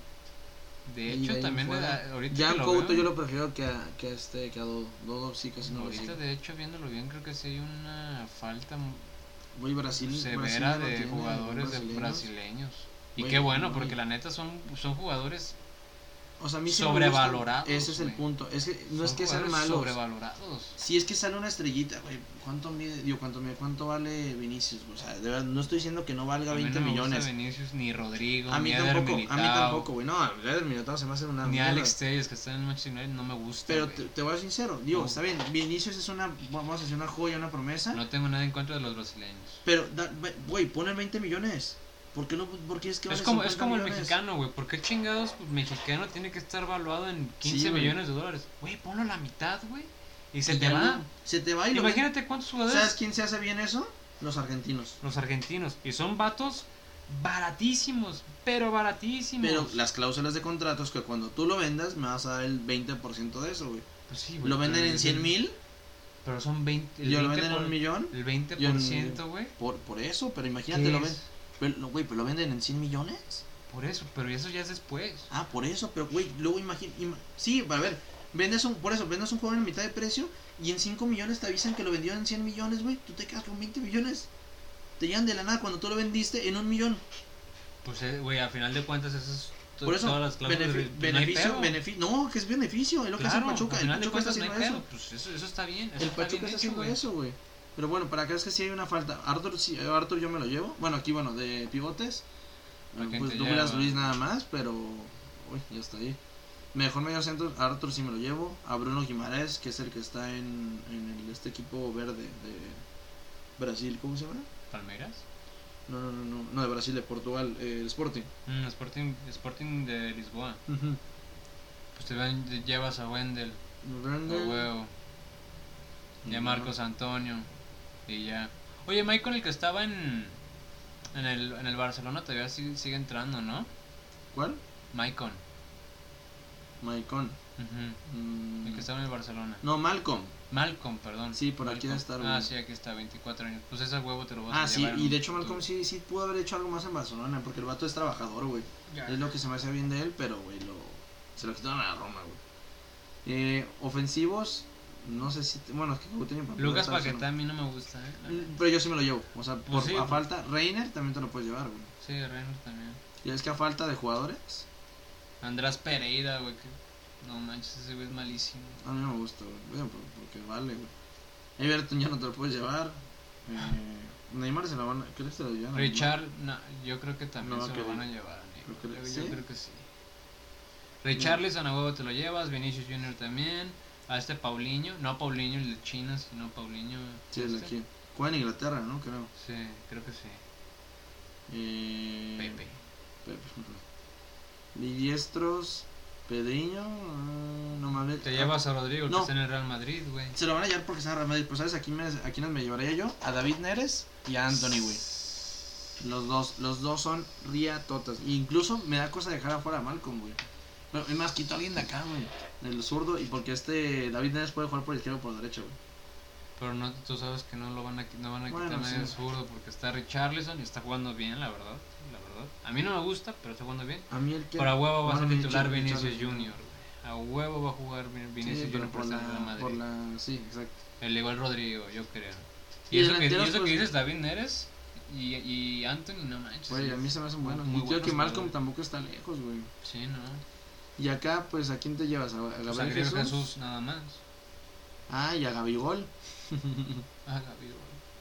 Speaker 1: De
Speaker 2: Y de
Speaker 1: hecho,
Speaker 2: ahí en
Speaker 1: también
Speaker 2: fuera,
Speaker 1: eh, ahorita
Speaker 2: Ya
Speaker 1: que lo
Speaker 2: Couto
Speaker 1: veo-
Speaker 2: yo lo prefiero que a, que a este, que a Dodo. Dodo sí casi no lo
Speaker 1: Ahorita,
Speaker 2: sigo.
Speaker 1: de hecho, viéndolo bien, creo que sí hay una falta m-
Speaker 2: Güey, Brasil. Brasil
Speaker 1: severa
Speaker 2: ya no
Speaker 1: de
Speaker 2: tiene
Speaker 1: jugadores de
Speaker 2: brasileños.
Speaker 1: brasileños. Y
Speaker 2: Güey,
Speaker 1: qué bueno,
Speaker 2: no,
Speaker 1: porque
Speaker 2: y-
Speaker 1: la neta son, son jugadores,
Speaker 2: O sea, a mí sí me gusta.
Speaker 1: sobrevalorados,
Speaker 2: Ese es el
Speaker 1: güey.
Speaker 2: punto. Es que no es
Speaker 1: son
Speaker 2: que sean
Speaker 1: jugadores
Speaker 2: malos.
Speaker 1: sobrevalorados.
Speaker 2: Si es que sale una estrellita, güey, ¿cuánto mide? Digo, ¿cuánto mide? ¿Cuánto vale Vinicius? güey? O sea, de verdad, no estoy diciendo que no valga
Speaker 1: A mí
Speaker 2: 20
Speaker 1: no me gusta
Speaker 2: millones.
Speaker 1: Vinicius, ni Rodrigo,
Speaker 2: A mí
Speaker 1: ni Eder
Speaker 2: tampoco, a mí
Speaker 1: Militao,
Speaker 2: tampoco, güey. No, a Eder Militao se me hace una
Speaker 1: ni
Speaker 2: mierda.
Speaker 1: Alex Telles, que está en el Manchester United, no me gusta.
Speaker 2: Pero
Speaker 1: güey.
Speaker 2: te, te voy a ser sincero, digo,
Speaker 1: No.
Speaker 2: está bien, Vinicius es una, vamos a decir, una joya, una promesa.
Speaker 1: No tengo nada en contra de los brasileños.
Speaker 2: Pero, da- ve- güey, ponen 20 millones. ¿Por qué no? ¿Por qué es que
Speaker 1: Es
Speaker 2: vale
Speaker 1: como, es
Speaker 2: 50
Speaker 1: como el
Speaker 2: millones?
Speaker 1: mexicano, güey. ¿Por qué chingados pues, mexicano tiene que estar valuado en 15
Speaker 2: Sí, güey.
Speaker 1: millones de dólares? Güey, ponlo a la mitad, güey. Y se
Speaker 2: Y
Speaker 1: te
Speaker 2: ya
Speaker 1: va.
Speaker 2: no, Se te va y lo
Speaker 1: Imagínate cuántos jugadores.
Speaker 2: ¿Sabes quién se hace bien eso? Los argentinos.
Speaker 1: Los argentinos. Y son vatos baratísimos. Pero baratísimos.
Speaker 2: Pero las cláusulas de contratos que cuando tú lo vendas me vas a dar el 20% de eso, güey.
Speaker 1: Pues sí, güey,
Speaker 2: Lo venden
Speaker 1: pero-
Speaker 2: en 100 mil,
Speaker 1: Pero son 20. el
Speaker 2: yo lo
Speaker 1: 20
Speaker 2: venden en
Speaker 1: por-
Speaker 2: un millón.
Speaker 1: El 20%, güey.
Speaker 2: Por, por eso, pero
Speaker 1: ¿qué
Speaker 2: imagínate, lo
Speaker 1: es?
Speaker 2: ven, pero, no, güey, pero lo venden en 100 millones.
Speaker 1: Por eso, pero eso ya es después.
Speaker 2: Ah, por eso, pero güey, luego imagínate. sí, a ver, vendes un, por eso, vendes un juego en mitad de precio y en 5 millones te avisan que lo vendió en 100 millones, güey. Tú te quedas con 20 millones. Te llegan de la nada cuando tú lo vendiste en un millón.
Speaker 1: Pues, eh, güey, al final de cuentas, eso es. to-
Speaker 2: Por eso,
Speaker 1: todas las cláusulas
Speaker 2: benefi-
Speaker 1: de- pues, no hay
Speaker 2: beneficio,
Speaker 1: pedo.
Speaker 2: beneficio, no, que es beneficio, es lo que hace
Speaker 1: Claro,
Speaker 2: el Pachuca.
Speaker 1: al
Speaker 2: El
Speaker 1: final de
Speaker 2: Pachuca está
Speaker 1: cuentas no hay
Speaker 2: haciendo
Speaker 1: pedo.
Speaker 2: eso.
Speaker 1: Pues eso, eso está bien. Eso
Speaker 2: El
Speaker 1: está bien
Speaker 2: Pachuca está
Speaker 1: hecho,
Speaker 2: haciendo
Speaker 1: güey.
Speaker 2: eso, güey. Pero bueno, para acá es que sí hay una falta. Arthur, sí, eh, Arthur yo me lo llevo. Bueno, aquí, bueno, de pivotes.
Speaker 1: ¿A
Speaker 2: Eh,
Speaker 1: quién
Speaker 2: Pues
Speaker 1: te
Speaker 2: Douglas
Speaker 1: lleva?
Speaker 2: Luis nada más, pero. Uy, ya está ahí. Mejor medio centro, a Arthur sí me lo llevo. A Bruno Guimarães, que es el que está en, en el- este equipo verde de Brasil, ¿cómo se llama?
Speaker 1: ¿Palmeiras?
Speaker 2: No, no, no, no, no de Brasil, de Portugal, eh, el Sporting.
Speaker 1: Mm, Sporting, Sporting de Lisboa. Pues te, van- te llevas a Wendel, a
Speaker 2: Brandon.
Speaker 1: huevo. Y a Marcos Antonio. Y ya. Oye, Michael, el que estaba en. En el, en el Barcelona todavía sigue, sigue entrando, ¿no?
Speaker 2: ¿Cuál?
Speaker 1: Maicon.
Speaker 2: Maicon.
Speaker 1: Ujú,
Speaker 2: Mm,
Speaker 1: El que estaba en el Barcelona.
Speaker 2: No, Malcolm.
Speaker 1: Malcolm, perdón.
Speaker 2: Sí, por aquí
Speaker 1: Malcolm.
Speaker 2: debe estar,
Speaker 1: Ah,
Speaker 2: güey.
Speaker 1: sí, aquí está, 24 años. Pues ese huevo te lo vas a
Speaker 2: Ah, sí,
Speaker 1: llevar en
Speaker 2: y
Speaker 1: un
Speaker 2: de hecho
Speaker 1: futuro.
Speaker 2: Malcolm sí, sí pudo haber hecho algo más en Barcelona, porque el vato es trabajador, güey.
Speaker 1: Ya.
Speaker 2: Es lo que se me hace bien de él, pero, güey, lo, se lo quitaron a la Roma, güey. Eh, ofensivos, no sé si... Bueno, es que Coutinho para
Speaker 1: Lucas
Speaker 2: empezar,
Speaker 1: Paquetá a
Speaker 2: eso
Speaker 1: mí no me gusta, ¿eh?
Speaker 2: no. Mm, Pero yo sí me lo llevo, o sea, por,
Speaker 1: sí,
Speaker 2: a
Speaker 1: pues.
Speaker 2: falta... Reiner también te lo puedes llevar, güey.
Speaker 1: Sí, Reynolds también.
Speaker 2: Y es que a falta de jugadores,
Speaker 1: András Pereira, güey. que- No manches, ese güey es malísimo.
Speaker 2: a mí no me gusta, güey. Bueno, por- porque vale, güey. Everton ya no te lo puedes llevar. Eh, Neymar se lo van a... ¿Crees que se lo llevan? a Neymar?
Speaker 1: Richard, no, yo creo que también
Speaker 2: Ah, No,
Speaker 1: se
Speaker 2: que-
Speaker 1: lo van a llevar. amigo.
Speaker 2: creo que-
Speaker 1: yo
Speaker 2: ¿sí?
Speaker 1: creo que sí. Richarlison a huevo te lo llevas, Vinicius Junior también. A este Paulinho, no Paulinho el de China, sino Paulinho.
Speaker 2: Sí, el de
Speaker 1: este.
Speaker 2: aquí. Juega en Inglaterra, ¿no? Creo.
Speaker 1: Sí, creo que sí.
Speaker 2: Eh,
Speaker 1: Pepe.
Speaker 2: Pepe. Y diestros, Pedriño, ah, no mames.
Speaker 1: Te llevas a Rodrigo,
Speaker 2: no.
Speaker 1: que está en el Real Madrid, güey.
Speaker 2: Se lo van a llevar porque están en Real Madrid. Pues sabes, aquí me, a quiénes me llevaría yo? A David Neres y a Anthony, güey. Los dos, los dos son riatotas. E incluso me da cosa dejar afuera a Malcolm, güey. Pero es más, quito a alguien de acá, güey. Del zurdo. Y porque este David Neres puede jugar por izquierda o por derecha, güey.
Speaker 1: Pero no, tú sabes que no lo van a, qui- no van a
Speaker 2: Bueno,
Speaker 1: quitar nadie
Speaker 2: sí.
Speaker 1: de zurdo porque está Richarlison y está jugando bien, la verdad. La verdad. A mí no me gusta, pero está jugando bien.
Speaker 2: A mí el que.
Speaker 1: Pero a huevo va a
Speaker 2: Bueno,
Speaker 1: ser
Speaker 2: Vinicius-
Speaker 1: titular
Speaker 2: Vinicius
Speaker 1: Vinicius
Speaker 2: Junior.
Speaker 1: Junior. güey. A huevo va a jugar Vin-
Speaker 2: Sí,
Speaker 1: Vinicius
Speaker 2: pero
Speaker 1: Junior por,
Speaker 2: por
Speaker 1: el Real
Speaker 2: la,
Speaker 1: Madrid.
Speaker 2: por la. Sí, exacto.
Speaker 1: El igual Rodrigo, yo creo. Y,
Speaker 2: Y
Speaker 1: eso, que, y
Speaker 2: delanteros,
Speaker 1: eso
Speaker 2: pues-
Speaker 1: que dices, David Neres y, y Anthony, no manches.
Speaker 2: Güey, a mí se me hacen buenos.
Speaker 1: Muy
Speaker 2: y creo que
Speaker 1: buenos
Speaker 2: Malcolm
Speaker 1: jugadores.
Speaker 2: tampoco está lejos, güey.
Speaker 1: Sí, no.
Speaker 2: Y acá, pues, ¿a quién te llevas? ¿A, a
Speaker 1: Pues
Speaker 2: Gabriel
Speaker 1: a Gabriel
Speaker 2: Jesús?
Speaker 1: Jesús nada más.
Speaker 2: Ah, y a Gabigol.
Speaker 1: Ah, Gabriel.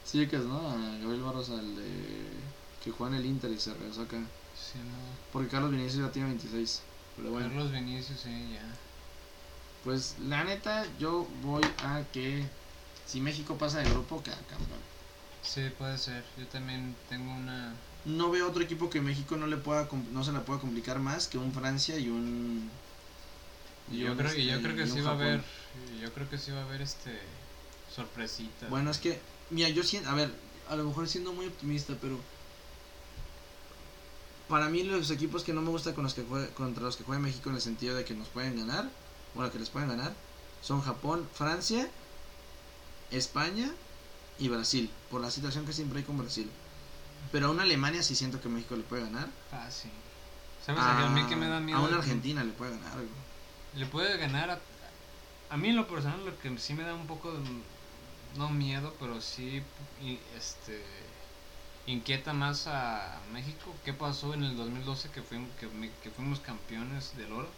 Speaker 2: Sí, que es, ¿no? A Gabriel Barrosa, el de... que juega en el Inter y se regresó acá.
Speaker 1: Sí, no.
Speaker 2: Porque Carlos Vinicius ya tiene 26. Pero bueno,
Speaker 1: Carlos Vinicius, sí, ya.
Speaker 2: pues la neta, yo voy a que si México pasa de grupo, queda campeón.
Speaker 1: Sí, puede ser. Yo también tengo una.
Speaker 2: No veo otro equipo que México no le pueda com- no se la pueda complicar más que un Francia y un. y
Speaker 1: Yo
Speaker 2: un,
Speaker 1: creo, y yo
Speaker 2: este,
Speaker 1: creo
Speaker 2: y
Speaker 1: que
Speaker 2: un
Speaker 1: sí va a
Speaker 2: Japón.
Speaker 1: haber. Yo creo que sí va a haber este. Sorpresita.
Speaker 2: Bueno, es que, mira, yo siento, a ver, a lo mejor siendo muy optimista, pero para mí los equipos que no me gusta con los que juega- contra los que juega México en el sentido de que nos pueden ganar, bueno, que les pueden ganar, son Japón, Francia, España y Brasil, por la situación que siempre hay con Brasil. Pero a una Alemania sí siento que México le puede ganar.
Speaker 1: Ah, sí. ¿Sabes a, mí que me da miedo?
Speaker 2: Ah, a una
Speaker 1: Que
Speaker 2: Argentina le puede ganar. güey.
Speaker 1: Le puede ganar a. A mí en lo personal lo que sí me da un poco de. No miedo, pero sí. y- Este. Inquieta más a México. ¿Qué pasó en el 2012 que fuimos, que, me- que fuimos campeones del oro?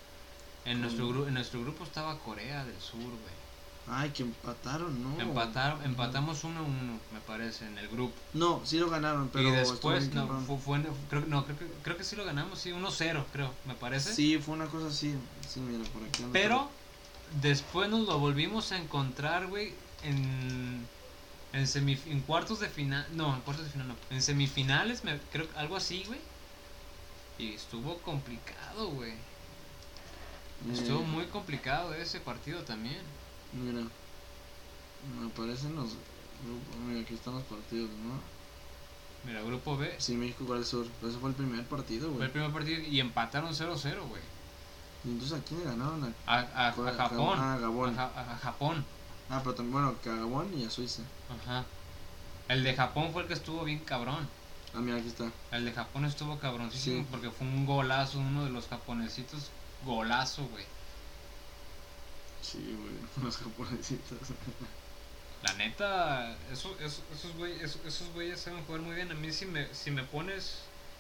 Speaker 1: En
Speaker 2: Con-
Speaker 1: nuestro, gru- en nuestro grupo estaba Corea del Sur, güey.
Speaker 2: Ay, que empataron, ¿no?
Speaker 1: Empatar- empatamos 1-1, me parece, en el grupo.
Speaker 2: No, sí lo ganaron, pero...
Speaker 1: y
Speaker 2: estuvo
Speaker 1: después,
Speaker 2: bien
Speaker 1: no,
Speaker 2: cabrón.
Speaker 1: fu- fue, en- creo, no creo, que, creo que sí lo ganamos, sí, 1-0, creo, me parece.
Speaker 2: Sí, fue una cosa así. Sí, mira, por aquí anda.
Speaker 1: Pero después nos lo volvimos a encontrar, güey, en, en, semif- en cuartos de final. No, en cuartos de final no. En semifinales, me, creo que algo así, güey. Y estuvo complicado, güey.
Speaker 2: Eh,
Speaker 1: Estuvo muy complicado ese partido también.
Speaker 2: Mira. Me aparecen los grupos. Mira, aquí están los partidos, ¿no?
Speaker 1: Mira, grupo B.
Speaker 2: Sí, México Corea del Sur. Pero ese fue el primer partido,
Speaker 1: Fue
Speaker 2: güey.
Speaker 1: el primer partido y empataron 0-0, güey.
Speaker 2: Y entonces, ¿a quién le ganaron? A,
Speaker 1: A, a- a
Speaker 2: Corea-
Speaker 1: Japón.
Speaker 2: Ah,
Speaker 1: A,
Speaker 2: a Gabón.
Speaker 1: Ja- a Japón.
Speaker 2: Ah, pero también, bueno, que a Gabón y a Suiza.
Speaker 1: Ajá. El de Japón fue el que estuvo bien cabrón.
Speaker 2: Ah, mira, aquí está.
Speaker 1: El de Japón estuvo cabroncísimo
Speaker 2: Sí.
Speaker 1: porque fue un golazo, uno de los japonesitos, golazo, güey.
Speaker 2: Sí, güey. [LAUGHS] Los japonesitos.
Speaker 1: La neta, eso, eso- esos, güey, eso- esos güeyes saben jugar muy bien. A mí si me, si me pones...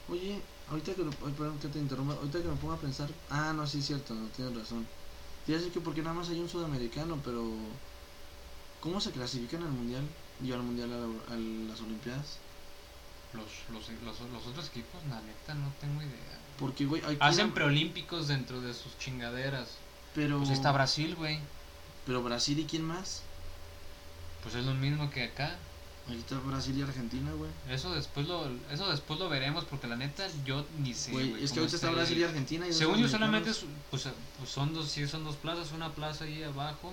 Speaker 2: Oye, ahorita que lo. ay, perdón que te interrumpa. Ahorita que me pongo a pensar. Ah, no, sí, cierto. No tienes razón. Te iba a decir que porque nada más hay un sudamericano, pero. ¿Cómo se clasifican al mundial? Yo al mundial, a, la- a las Olimpiadas.
Speaker 1: Los, los, los, los otros equipos, la neta, no tengo idea.
Speaker 2: Porque, güey, hay
Speaker 1: Hacen preolímpicos dentro de sus chingaderas.
Speaker 2: Pero,
Speaker 1: Pues ahí está Brasil, güey.
Speaker 2: pero Brasil y quién más?
Speaker 1: Pues es lo mismo que acá.
Speaker 2: Ahí está Brasil y Argentina, güey.
Speaker 1: Eso después lo, eso después lo veremos porque la neta yo ni sé.
Speaker 2: Güey,
Speaker 1: güey,
Speaker 2: es que
Speaker 1: cómo
Speaker 2: ahorita está
Speaker 1: el-
Speaker 2: Brasil y Argentina. Y dos
Speaker 1: Según yo solamente
Speaker 2: sudamericanos.
Speaker 1: es- pues, pues son dos, sí son dos plazas, una plaza ahí abajo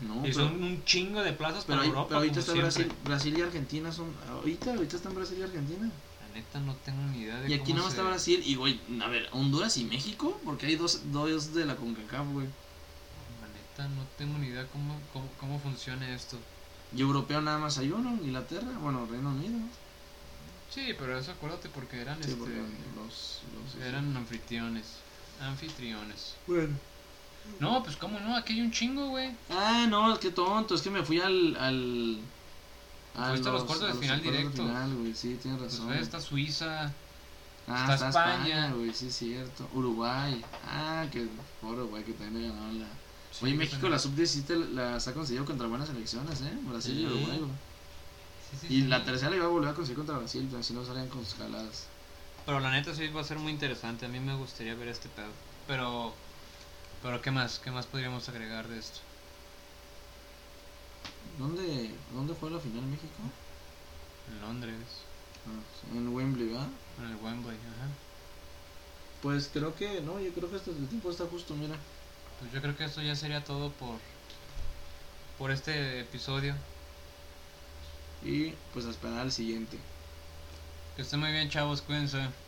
Speaker 2: No,
Speaker 1: Y
Speaker 2: pero,
Speaker 1: son un chingo de plazas
Speaker 2: pero
Speaker 1: para
Speaker 2: ahí-
Speaker 1: Europa.
Speaker 2: pero
Speaker 1: como
Speaker 2: ahorita está
Speaker 1: siempre.
Speaker 2: Brasil, Brasil y Argentina. son Ahorita, ahorita están Brasil y Argentina.
Speaker 1: La neta no tengo ni idea de
Speaker 2: Y aquí
Speaker 1: cómo
Speaker 2: no
Speaker 1: se-
Speaker 2: está Brasil. Y, güey, a ver, Honduras y México. Porque hay dos, dos de la CONCACAF, güey.
Speaker 1: La neta no tengo ni idea cómo, cómo, cómo funciona esto.
Speaker 2: Y europeo nada más hay uno. Inglaterra, bueno, Reino Unido.
Speaker 1: Sí, pero eso acuérdate porque eran
Speaker 2: Sí,
Speaker 1: este,
Speaker 2: porque los, los-
Speaker 1: eran anfitriones, anfitriones.
Speaker 2: Bueno.
Speaker 1: No, pues cómo no, aquí hay un chingo, güey.
Speaker 2: Ah, no, qué tonto, es que me fui al. al
Speaker 1: Fuiste a los cuartos de final
Speaker 2: cuartos
Speaker 1: directo.
Speaker 2: final, güey, sí, tienes
Speaker 1: Pues
Speaker 2: razón.
Speaker 1: ve, está Suiza,
Speaker 2: ah,
Speaker 1: está
Speaker 2: está
Speaker 1: España.
Speaker 2: España, güey, sí, es cierto. Uruguay, ah, que pobre Uruguay que también le ganaron la.
Speaker 1: Sí,
Speaker 2: Oye,
Speaker 1: que
Speaker 2: México,
Speaker 1: también-
Speaker 2: la sub-17 las ha conseguido contra buenas selecciones, ¿eh? Brasil
Speaker 1: Sí.
Speaker 2: y Uruguay, güey.
Speaker 1: Sí, sí,
Speaker 2: Y
Speaker 1: sí.
Speaker 2: la tercera le iba a volver a conseguir contra Brasil, pero si no salían con sus jaladas.
Speaker 1: Pero la neta sí va a ser muy interesante, a mí me gustaría ver este pedo. Pero pero qué más, qué más podríamos agregar de esto?
Speaker 2: ¿Dónde, dónde fue la final México?
Speaker 1: En Londres,
Speaker 2: Ah, en Wembley, ¿verdad?
Speaker 1: en el Wembley, ajá.
Speaker 2: Pues creo que, no, yo creo que este tiempo está justo, mira.
Speaker 1: Pues yo creo que esto ya sería todo por por este episodio.
Speaker 2: Y pues a esperar al siguiente.
Speaker 1: Que estén muy bien, chavos, cuídense.